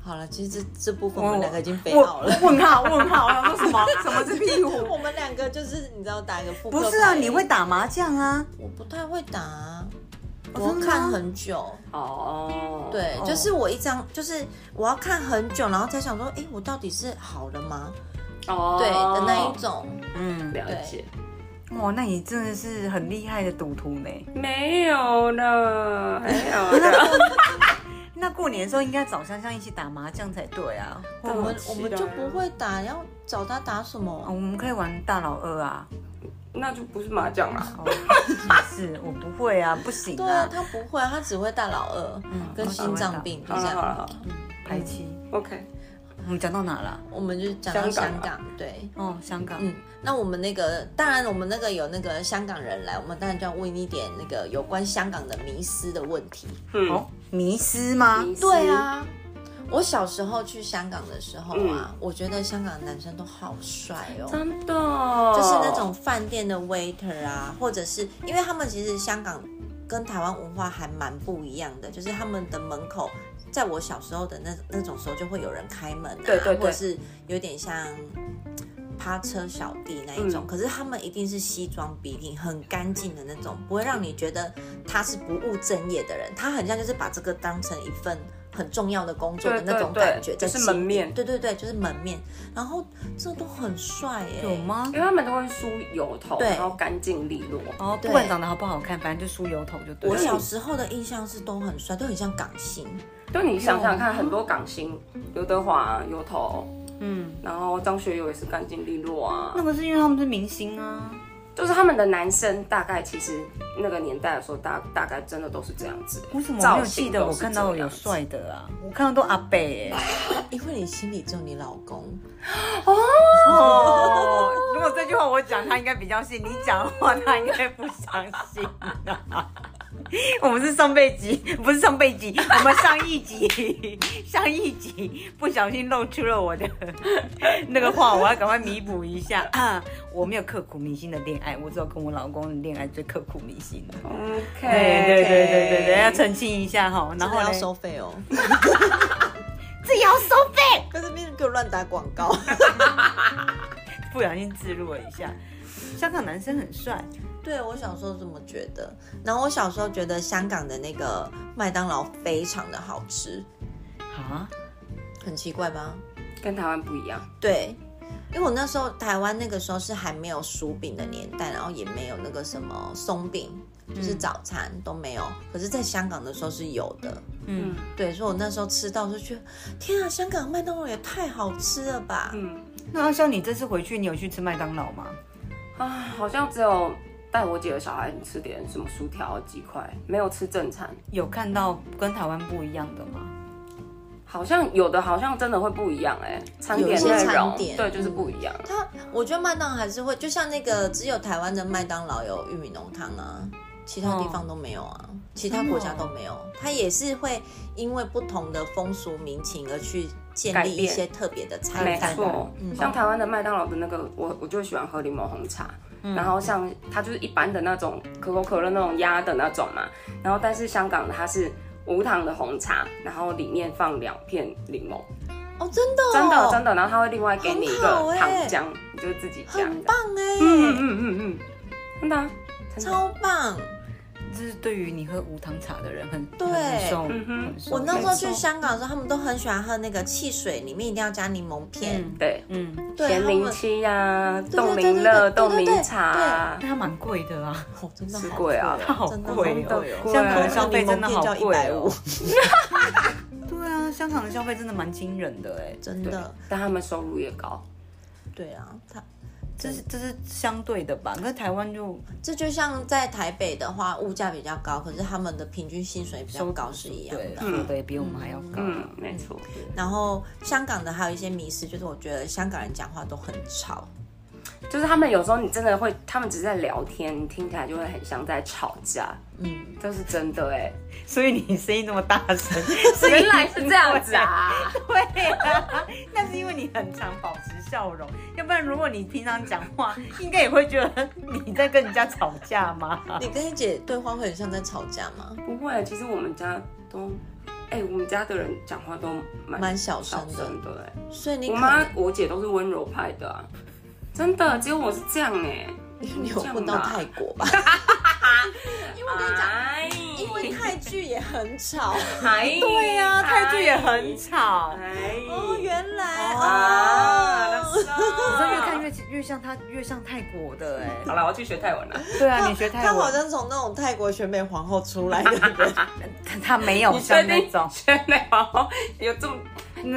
[SPEAKER 2] 好了，其实这这部分我们两个已经飞
[SPEAKER 1] 我
[SPEAKER 2] 好 了。
[SPEAKER 1] 问号问号，我想说什 么？什么是屁股？
[SPEAKER 2] 我们两个就是你知道打一个扑克
[SPEAKER 1] 不是啊，
[SPEAKER 2] 牌
[SPEAKER 1] 你会？打麻将啊？
[SPEAKER 2] 我不太会打啊、
[SPEAKER 1] 哦
[SPEAKER 2] 我
[SPEAKER 1] 真的吗
[SPEAKER 2] 看很久。
[SPEAKER 3] 哦，，
[SPEAKER 2] 对，
[SPEAKER 1] 哦
[SPEAKER 2] 就是我一张，就是我要看很久，然后才想说，哎，我到底是好了吗？
[SPEAKER 3] 哦，
[SPEAKER 2] 对的那一种。
[SPEAKER 1] 嗯，
[SPEAKER 3] 了解。
[SPEAKER 1] 哇，那你真的是很厉害的赌徒呢。
[SPEAKER 3] 没有呢，还有呢。
[SPEAKER 1] 那过年的时候应该找香香一起打麻将才对啊。
[SPEAKER 3] 对
[SPEAKER 1] 我
[SPEAKER 2] 我
[SPEAKER 1] 们
[SPEAKER 2] 们我
[SPEAKER 3] 哦期待啊
[SPEAKER 2] 们就不会打，要找他打什
[SPEAKER 1] 哦我
[SPEAKER 2] 么？
[SPEAKER 1] 们可以玩大老二啊。
[SPEAKER 3] 那就不是麻将啦。
[SPEAKER 1] 哦是我不会啊，不行
[SPEAKER 2] 对啊，
[SPEAKER 1] 啊，
[SPEAKER 2] 他不会啊，他只会大老二
[SPEAKER 1] 嗯
[SPEAKER 2] 跟心脏病，就
[SPEAKER 3] 好
[SPEAKER 2] 这
[SPEAKER 3] 了好了
[SPEAKER 2] 样。
[SPEAKER 3] 好了
[SPEAKER 1] 排期。
[SPEAKER 3] ，OK。
[SPEAKER 1] 我们讲到哪了？
[SPEAKER 2] 我们就讲到
[SPEAKER 3] 香
[SPEAKER 2] 香
[SPEAKER 3] 港啊
[SPEAKER 2] 港，对。
[SPEAKER 1] 哦，香港。
[SPEAKER 2] 嗯，那我们那个，当然我们那个有那个香港人来，我们当然就要问一点那个有关香港的迷失的问题。
[SPEAKER 3] 嗯，
[SPEAKER 1] 哦，迷失吗？
[SPEAKER 3] 迷思
[SPEAKER 2] 对，啊，我小时候去香港的时候
[SPEAKER 3] 嗯
[SPEAKER 2] 啊，我觉得香港的男生都好帅哦。
[SPEAKER 3] 真的，
[SPEAKER 2] 就是那种饭店的 waiter 啊，或者是因为他们其实香港跟台湾文化还蛮不一样的，就是他们的门口，在我小时候的那那种时候就会有人开门、啊，
[SPEAKER 3] 对对对
[SPEAKER 2] 或者是有点像趴车小弟那一种，
[SPEAKER 3] 嗯
[SPEAKER 2] 可是他们一定是西装笔挺、很干净的那种，不会让你觉得他是不务正业的人，他很像就是把这个当成一份。很重要的工作的
[SPEAKER 3] 对对
[SPEAKER 2] 那种感觉，
[SPEAKER 3] 对就
[SPEAKER 2] 在经
[SPEAKER 3] 是
[SPEAKER 2] 营
[SPEAKER 3] 门面
[SPEAKER 2] 对对对，就是门面。然后这都很帅欸耶、
[SPEAKER 1] 有吗
[SPEAKER 3] 因？为他们都会梳油头，
[SPEAKER 2] 对
[SPEAKER 3] 然后干净利落。
[SPEAKER 1] 哦，不
[SPEAKER 2] 对
[SPEAKER 1] 管长得好不好看，反正就梳油头就对
[SPEAKER 2] 我
[SPEAKER 1] 了。
[SPEAKER 2] 小时候的印象是都很帅，都很像港星。
[SPEAKER 3] 就你想想看，很多港星，刘德华啊油头，
[SPEAKER 1] 嗯，
[SPEAKER 3] 然后张学友也是干净利落啊
[SPEAKER 1] 那。个是因为他们是明星啊。
[SPEAKER 3] 就是他们的男生大概其实那个年代的时候，大大概真的都是这样子。
[SPEAKER 1] 为什么我没
[SPEAKER 3] 造
[SPEAKER 1] 有
[SPEAKER 3] 型
[SPEAKER 1] 记得我
[SPEAKER 3] 都是
[SPEAKER 1] 看到
[SPEAKER 3] 这
[SPEAKER 1] 有
[SPEAKER 3] 样子
[SPEAKER 1] 帅的啊？我看到都阿贝哎、
[SPEAKER 2] 啊因为你心里只有你老公，
[SPEAKER 1] 哦， 如果这句话我讲，他应该比较信；你讲的话，他应该不相信、啊 我们是上辈集，不是上辈集，我们上一集， 上一集不小心露出了我的 那个话，我要赶快弥补一下啊！我没有刻骨铭心的恋爱，我只有跟我老公的恋爱最刻骨铭心了。
[SPEAKER 3] OK，
[SPEAKER 1] 对对对对对对，要澄清一下哈。然
[SPEAKER 2] 然
[SPEAKER 1] 后
[SPEAKER 2] 后要
[SPEAKER 1] 呢
[SPEAKER 2] 收费哦。
[SPEAKER 1] 这也要收费，
[SPEAKER 2] 可是别人给我乱打广 告，
[SPEAKER 1] 不小心自入了一下。香港男生很帅，
[SPEAKER 2] 对我小时候这么觉得。然后我小时候觉得香港的那个麦当劳非常的好吃，
[SPEAKER 1] 啊，
[SPEAKER 2] 很奇怪吧？
[SPEAKER 3] 跟台湾不一样。
[SPEAKER 2] 对，因为我那时候台湾那个时候是还没有薯饼的年代，然后也没有那个什么松饼，就是
[SPEAKER 3] 嗯
[SPEAKER 2] 早餐都没有。可是，在香港的时候是有的。
[SPEAKER 1] 嗯
[SPEAKER 3] 嗯
[SPEAKER 2] 对，所以我那时候吃到就觉得，天啊，香港麦当劳也太好吃了吧！
[SPEAKER 3] 嗯
[SPEAKER 1] 那阿香，你这次回去，你有去吃麦当劳吗？
[SPEAKER 3] 啊，好像只有带我姐的小孩吃点什么薯条、鸡块，没有吃正餐。
[SPEAKER 1] 有看到跟台湾不一样的吗？
[SPEAKER 3] 好像有的好像真的会不一样哎、餐
[SPEAKER 2] 有一
[SPEAKER 3] 点
[SPEAKER 2] 些
[SPEAKER 3] 内
[SPEAKER 2] 餐
[SPEAKER 3] 容
[SPEAKER 2] 点
[SPEAKER 3] 对就是不一样。
[SPEAKER 2] 它，我觉得麦当劳还是会，就像那个只有台湾的麦当劳有玉米浓汤啊，其他地
[SPEAKER 3] 哦
[SPEAKER 2] 方都没有啊，其他国家都没有。它也是会因为不同的风俗民情而去建
[SPEAKER 3] 改
[SPEAKER 2] 立
[SPEAKER 3] 变
[SPEAKER 2] 一些特别的菜
[SPEAKER 3] 没
[SPEAKER 2] 单。
[SPEAKER 3] 错，
[SPEAKER 2] 嗯
[SPEAKER 3] 像台湾的麦当劳的那个，我我就喜欢喝柠檬红茶。
[SPEAKER 2] 嗯
[SPEAKER 3] 然后像它就是一般的那种可口可乐那种压的那种嘛，然后但是香港的它是无糖的红茶，然后里面放两片柠檬，
[SPEAKER 2] 哦，真的、哦，
[SPEAKER 3] 真的真的，然后它会另外给你一
[SPEAKER 2] 很好
[SPEAKER 3] 个
[SPEAKER 2] 欸
[SPEAKER 3] 糖浆，你就自己加。
[SPEAKER 2] 很棒哎、
[SPEAKER 3] 嗯嗯嗯嗯，真的啊真的。
[SPEAKER 2] 超棒！
[SPEAKER 1] 这是对于你喝无糖茶的人很
[SPEAKER 2] 对
[SPEAKER 1] 很受，
[SPEAKER 3] 嗯哼
[SPEAKER 1] 很受
[SPEAKER 2] 我那时候去
[SPEAKER 1] 没错
[SPEAKER 2] 香港的时候，他们都很喜欢喝那个汽水，里面一定要加柠檬片。
[SPEAKER 1] 嗯
[SPEAKER 3] 对，
[SPEAKER 1] 嗯，
[SPEAKER 2] 对，
[SPEAKER 3] 咸
[SPEAKER 2] 他
[SPEAKER 3] 柠
[SPEAKER 2] 们
[SPEAKER 3] 七呀，
[SPEAKER 2] 对
[SPEAKER 3] 冻
[SPEAKER 2] 对
[SPEAKER 3] 柠
[SPEAKER 2] 对对对
[SPEAKER 3] 乐、冻柠
[SPEAKER 2] 对对
[SPEAKER 3] 茶啊，
[SPEAKER 1] 那它蛮贵的啊，
[SPEAKER 2] 哦，真的
[SPEAKER 3] 吃
[SPEAKER 2] 好
[SPEAKER 3] 贵啊
[SPEAKER 2] 贵
[SPEAKER 1] 它好
[SPEAKER 2] 真的
[SPEAKER 1] 贵
[SPEAKER 2] 好
[SPEAKER 1] 哦
[SPEAKER 2] 贵，
[SPEAKER 3] 哦
[SPEAKER 1] 香港
[SPEAKER 3] 对
[SPEAKER 1] 的消费真的好
[SPEAKER 2] 那个柠檬
[SPEAKER 1] 贵
[SPEAKER 2] 片就
[SPEAKER 1] 哦
[SPEAKER 2] 150。
[SPEAKER 1] 对啊，香港的消费真的蛮惊人的哎，
[SPEAKER 2] 真
[SPEAKER 3] 对
[SPEAKER 2] 的，
[SPEAKER 3] 但他们收入也高。
[SPEAKER 2] 对啊，它
[SPEAKER 1] 这是这是相对的吧？跟台湾就
[SPEAKER 2] 这就像在台北的话，物价比较高，可是他们的平均薪水比较高是一样
[SPEAKER 1] 对，
[SPEAKER 2] 的。
[SPEAKER 1] 收的也比我们还要高。
[SPEAKER 3] 嗯，没错。
[SPEAKER 2] 然后香港的还有一些迷思，就是我觉得香港人讲话都很吵，
[SPEAKER 3] 就是他们有时候你真的会，他们只是在聊天，你听起来就会很像在吵架。嗯，这是真的 哎、
[SPEAKER 1] 所以你声音那么大 声，
[SPEAKER 3] 原来是这样子啊！
[SPEAKER 1] 对啊，那是因为你很常保持笑容，要不然如果你平常讲话，应该也会觉得你在跟人家吵架嘛。
[SPEAKER 2] 你跟你姐对话会很像在吵架吗？
[SPEAKER 3] 不会，其实我们家都，哎、我们家的人讲话都蛮
[SPEAKER 2] 蛮小声
[SPEAKER 3] 哎小
[SPEAKER 2] 的
[SPEAKER 3] 声的哎、
[SPEAKER 2] 所以你
[SPEAKER 3] 我
[SPEAKER 2] 可
[SPEAKER 3] 妈
[SPEAKER 2] 能
[SPEAKER 3] 我姐都是温柔派的啊，真的，只有我是这样哎、
[SPEAKER 2] 你有混到泰国 吧？因为我跟你讲，
[SPEAKER 3] 哎，
[SPEAKER 2] 因为啊泰剧也很 吵。
[SPEAKER 3] 哎，
[SPEAKER 1] 对呀、 泰剧也很吵。
[SPEAKER 3] 哎，
[SPEAKER 2] 哦，原来
[SPEAKER 3] 啊，那
[SPEAKER 2] 哦，
[SPEAKER 3] 是啊，
[SPEAKER 1] 你
[SPEAKER 3] 我
[SPEAKER 1] 知道哎越看越越像他，越像泰国的哎、
[SPEAKER 3] 好了，我要去学泰文了。
[SPEAKER 1] 对啊，你学泰
[SPEAKER 2] 他好
[SPEAKER 1] 文，
[SPEAKER 2] 像从那种泰国选美皇后出来的 人。
[SPEAKER 1] 他他没有
[SPEAKER 3] 你
[SPEAKER 1] 像
[SPEAKER 3] 确
[SPEAKER 1] 那
[SPEAKER 3] 定
[SPEAKER 1] 种，
[SPEAKER 3] 学美皇有这么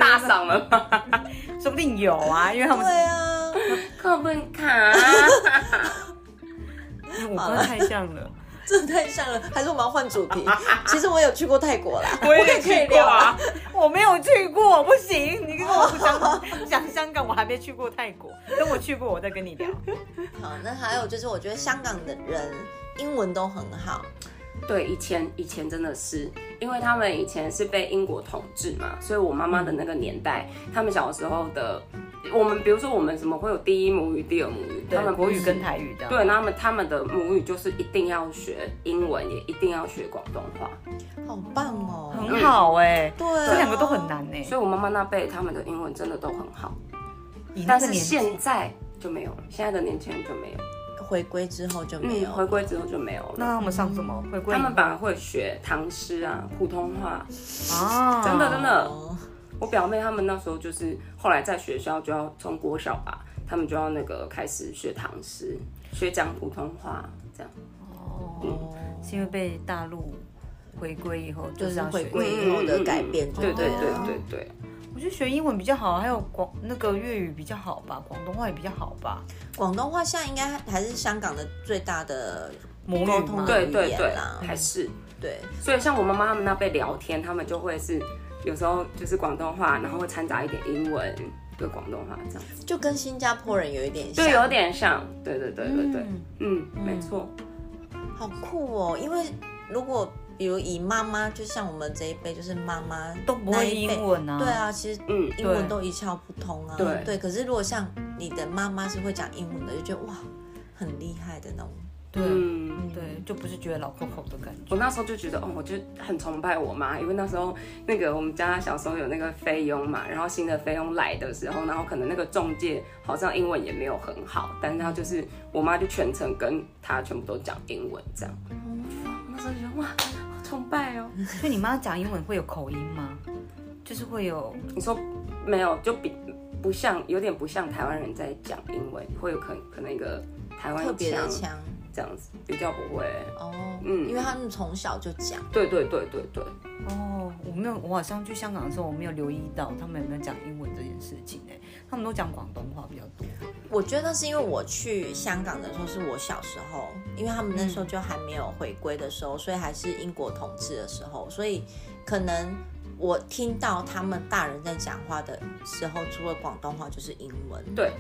[SPEAKER 3] 大嗓门吗？
[SPEAKER 1] 说不定有啊，因为他们
[SPEAKER 2] 对啊，
[SPEAKER 3] 课本卡，
[SPEAKER 1] 是五官太像了。
[SPEAKER 2] 真的太像了，还是我们要换主 题？其实我有去过泰国啦，
[SPEAKER 3] 我也
[SPEAKER 2] 也可以
[SPEAKER 3] 去过
[SPEAKER 2] 聊
[SPEAKER 3] 啊
[SPEAKER 2] 啊。
[SPEAKER 1] 我没有去过，不行，你跟我讲讲香港，我还没去过泰国，等我去过我再跟你聊。
[SPEAKER 2] 好，那还有就是，我觉得香港的人英文都很好，
[SPEAKER 3] 对，以前以前真的是，因为他们以前是被英国统治嘛，所以我妈妈的那个年代，他们小时候的，我们比如说我们什么会有第一母语、第二母语，他
[SPEAKER 1] 对，
[SPEAKER 3] 们
[SPEAKER 1] 国语
[SPEAKER 3] 不是
[SPEAKER 1] 跟台语这样。
[SPEAKER 3] 对，那他们他们的母语就是一定要学英文，也一定要学广东话，
[SPEAKER 2] 好棒哦。
[SPEAKER 3] 嗯
[SPEAKER 1] 很好哎、
[SPEAKER 2] 对啊，
[SPEAKER 1] 这两个都很难哎、
[SPEAKER 3] 所以我妈妈那辈他们的英文真的都很好，
[SPEAKER 1] 以那
[SPEAKER 3] 但
[SPEAKER 1] 个
[SPEAKER 3] 是
[SPEAKER 1] 年纪
[SPEAKER 3] 现在就没有了，现在的年轻人就没有，
[SPEAKER 2] 回归之后就没
[SPEAKER 3] 嗯，
[SPEAKER 2] 有。
[SPEAKER 3] 回归之后就没有了。
[SPEAKER 1] 那他们上什么回归？
[SPEAKER 3] 他们反而会学唐诗啊、普通话，
[SPEAKER 1] 啊，
[SPEAKER 3] 真的真的。
[SPEAKER 2] 哦
[SPEAKER 3] 我表妹他们那时候就是后来在学校就要从国小吧，他们就要那个开始学唐诗，学讲普通话这样。
[SPEAKER 1] 哦，是因为被大陆回归以后就
[SPEAKER 2] 就是是
[SPEAKER 1] 要
[SPEAKER 2] 回
[SPEAKER 1] 学
[SPEAKER 2] 归
[SPEAKER 1] 英
[SPEAKER 2] 以
[SPEAKER 1] 文
[SPEAKER 2] 后的改变就
[SPEAKER 3] 嗯对对
[SPEAKER 2] 对了
[SPEAKER 3] 对对对，
[SPEAKER 1] 我觉得学英文比较好，还有广那个粤语比较好吧，广东话也比较好吧。
[SPEAKER 2] 广东话现在应该还是香港的最大的
[SPEAKER 1] 母语
[SPEAKER 2] 沟通
[SPEAKER 1] 嘛
[SPEAKER 2] 的
[SPEAKER 3] 对
[SPEAKER 2] 语
[SPEAKER 3] 对
[SPEAKER 2] 言
[SPEAKER 3] 对
[SPEAKER 2] 啦，。
[SPEAKER 3] 还是
[SPEAKER 2] 对，
[SPEAKER 3] 所以像我妈妈他们那辈聊天，他们就会是有时候就是广东话，然后会掺杂一点英文。对广东话这样，
[SPEAKER 2] 就跟新加坡人有一点像
[SPEAKER 3] 对，。有点像，对对对对对，
[SPEAKER 1] 嗯
[SPEAKER 3] 嗯，没错，
[SPEAKER 2] 好酷哦！因为如果比如以妈妈，就像我们这一辈，就是妈妈
[SPEAKER 1] 都不
[SPEAKER 2] 那
[SPEAKER 1] 会
[SPEAKER 2] 一辈
[SPEAKER 1] 英文啊
[SPEAKER 2] 对啊，其实
[SPEAKER 3] 嗯，
[SPEAKER 2] 英文都一窍不通啊。
[SPEAKER 3] 对
[SPEAKER 2] 可是如果像你的妈妈是会讲英文的，就觉得哇，很厉害的那种
[SPEAKER 1] 对、
[SPEAKER 3] 嗯，
[SPEAKER 1] 对，就不是觉得老扣扣的感觉。
[SPEAKER 3] 我那时候就觉得，哦，我就很崇拜我妈，因为那时候那个我们家小时候有那个菲佣嘛，然后新的菲佣来的时候，然后可能那个中介好像英文也没有很好，但是他就是我妈就全程跟他全部都讲英文这样。我那时候觉得哇，好崇拜哦。
[SPEAKER 1] 所以你妈讲英文会有口音吗？就是会有，
[SPEAKER 3] 你说没有，就比不像，有点不像台湾人在讲英文，会有可可能一个台湾
[SPEAKER 2] 特别的
[SPEAKER 3] 腔
[SPEAKER 2] 强
[SPEAKER 3] 这样子，比较不会。
[SPEAKER 2] 哦，
[SPEAKER 3] 嗯
[SPEAKER 2] 因为他们从小就讲，
[SPEAKER 3] 对对对对对，
[SPEAKER 1] 哦，我没有，我好像去香港的时候，我没有留意到他们有没有讲英文这件事情哎、他们都讲广东话比较多。
[SPEAKER 2] 我觉得是因为我去香港的时候是我小时候，因为他们那时候就还没有回归的时候，所以还是英国统治的时候，所以可能我听到他们大人在讲话的时候，除了广东话就是英文，
[SPEAKER 3] 对，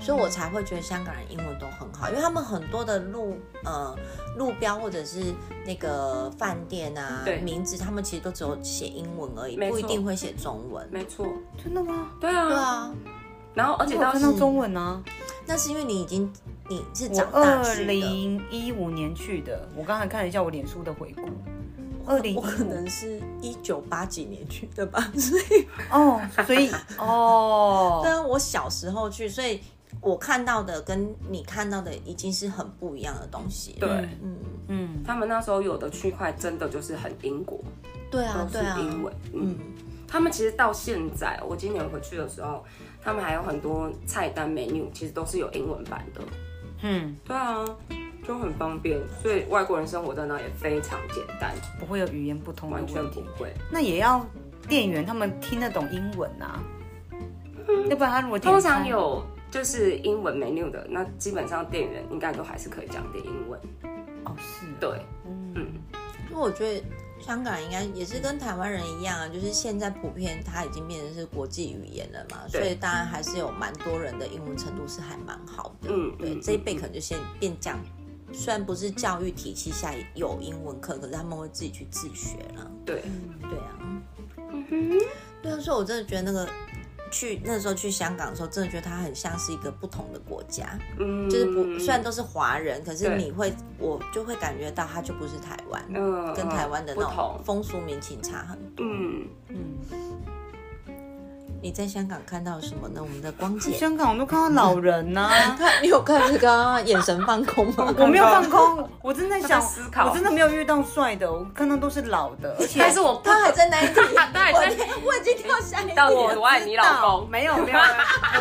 [SPEAKER 2] 所以我才会觉得香港人英文都很好，因为他们很多的路呃路标或者是那个饭店啊
[SPEAKER 3] 对
[SPEAKER 2] 名字，他们其实都只有写英文而已，
[SPEAKER 3] 没错
[SPEAKER 2] 不一定会写中文。
[SPEAKER 3] 没错，
[SPEAKER 1] 真的吗？
[SPEAKER 3] 对啊，
[SPEAKER 2] 对啊，
[SPEAKER 3] 然后而且
[SPEAKER 1] 我有
[SPEAKER 3] 当
[SPEAKER 1] 看
[SPEAKER 3] 时
[SPEAKER 1] 到中文啊！
[SPEAKER 2] 那是因为你已经你是
[SPEAKER 1] 我
[SPEAKER 2] 长大
[SPEAKER 1] 二
[SPEAKER 2] 去的，
[SPEAKER 1] 零一五年去的，我刚才看了一下我脸书的回顾，二零一
[SPEAKER 2] 我可
[SPEAKER 1] 五
[SPEAKER 2] 能是一九八几年去的吧， 所以
[SPEAKER 1] 哦，所 以哦，
[SPEAKER 2] 当然我小时候去，所以我看到的跟你看到的已经是很不一样的东西了。
[SPEAKER 3] 对
[SPEAKER 2] 嗯，
[SPEAKER 1] 嗯，
[SPEAKER 3] 他们那时候有的区块真的就是很英国，
[SPEAKER 2] 对啊
[SPEAKER 3] 都，是
[SPEAKER 2] 对啊，
[SPEAKER 3] 英文，嗯。他们其实到现在，我今年回去的时候，他们还有很多菜单 menu，其实都是有英文版的。
[SPEAKER 1] 嗯，
[SPEAKER 3] 对啊，就很方便，所以外国人生活在那也非常简单，
[SPEAKER 1] 不会有语言不通的
[SPEAKER 3] 完全
[SPEAKER 1] 问
[SPEAKER 3] 不
[SPEAKER 1] 题。
[SPEAKER 3] 会。
[SPEAKER 1] 那也要店员他们听得懂英文啊，要不然他如果点
[SPEAKER 3] 通
[SPEAKER 1] 餐
[SPEAKER 3] 常有就是英文 menu 的，那基本上店员应该都还是可以讲点英文。
[SPEAKER 1] 哦是哦，
[SPEAKER 3] 对，
[SPEAKER 1] 嗯
[SPEAKER 3] 嗯，
[SPEAKER 2] 因为我觉得香港人应该也是跟台湾人一样啊，就是现在普遍它已经变成是国际语言了嘛，
[SPEAKER 3] 对
[SPEAKER 2] 所以当然还是有蛮多人的英文程度是还蛮好的。
[SPEAKER 3] 嗯
[SPEAKER 2] 对，
[SPEAKER 3] 嗯
[SPEAKER 2] 这一辈可能就先变这样。虽然不是教育体系下有英文课，可是他们会自己去自学了。
[SPEAKER 3] 对，
[SPEAKER 2] 对啊，嗯哼，对啊，所以我真的觉得那个去那时候去香港的时候，真的觉得它很像是一个不同的国家，
[SPEAKER 3] 嗯，
[SPEAKER 2] 就是不虽然都是华人，可是
[SPEAKER 3] 对
[SPEAKER 2] 你会我就会感觉到它就不是台湾。
[SPEAKER 3] 嗯
[SPEAKER 2] 跟台湾的
[SPEAKER 3] 不
[SPEAKER 2] 那种
[SPEAKER 3] 同，
[SPEAKER 2] 风俗民情差很多。
[SPEAKER 3] 嗯，
[SPEAKER 1] 嗯。
[SPEAKER 2] 你在香港看到了什么呢？我们的 光姐，
[SPEAKER 1] 香港我都看到老人啊呐、
[SPEAKER 2] 你有看这个啊眼神放空吗？
[SPEAKER 1] 我没有放空，我正在想
[SPEAKER 3] 他在思考
[SPEAKER 1] 我真的没有遇到帅的，我看到都是老的，而且
[SPEAKER 3] 但是我不
[SPEAKER 2] 他还在那一题，
[SPEAKER 3] 他还在那一
[SPEAKER 2] 我我已经跳下一题
[SPEAKER 3] 到底
[SPEAKER 2] 了
[SPEAKER 3] 多爱你老公？
[SPEAKER 1] 没有没有，没有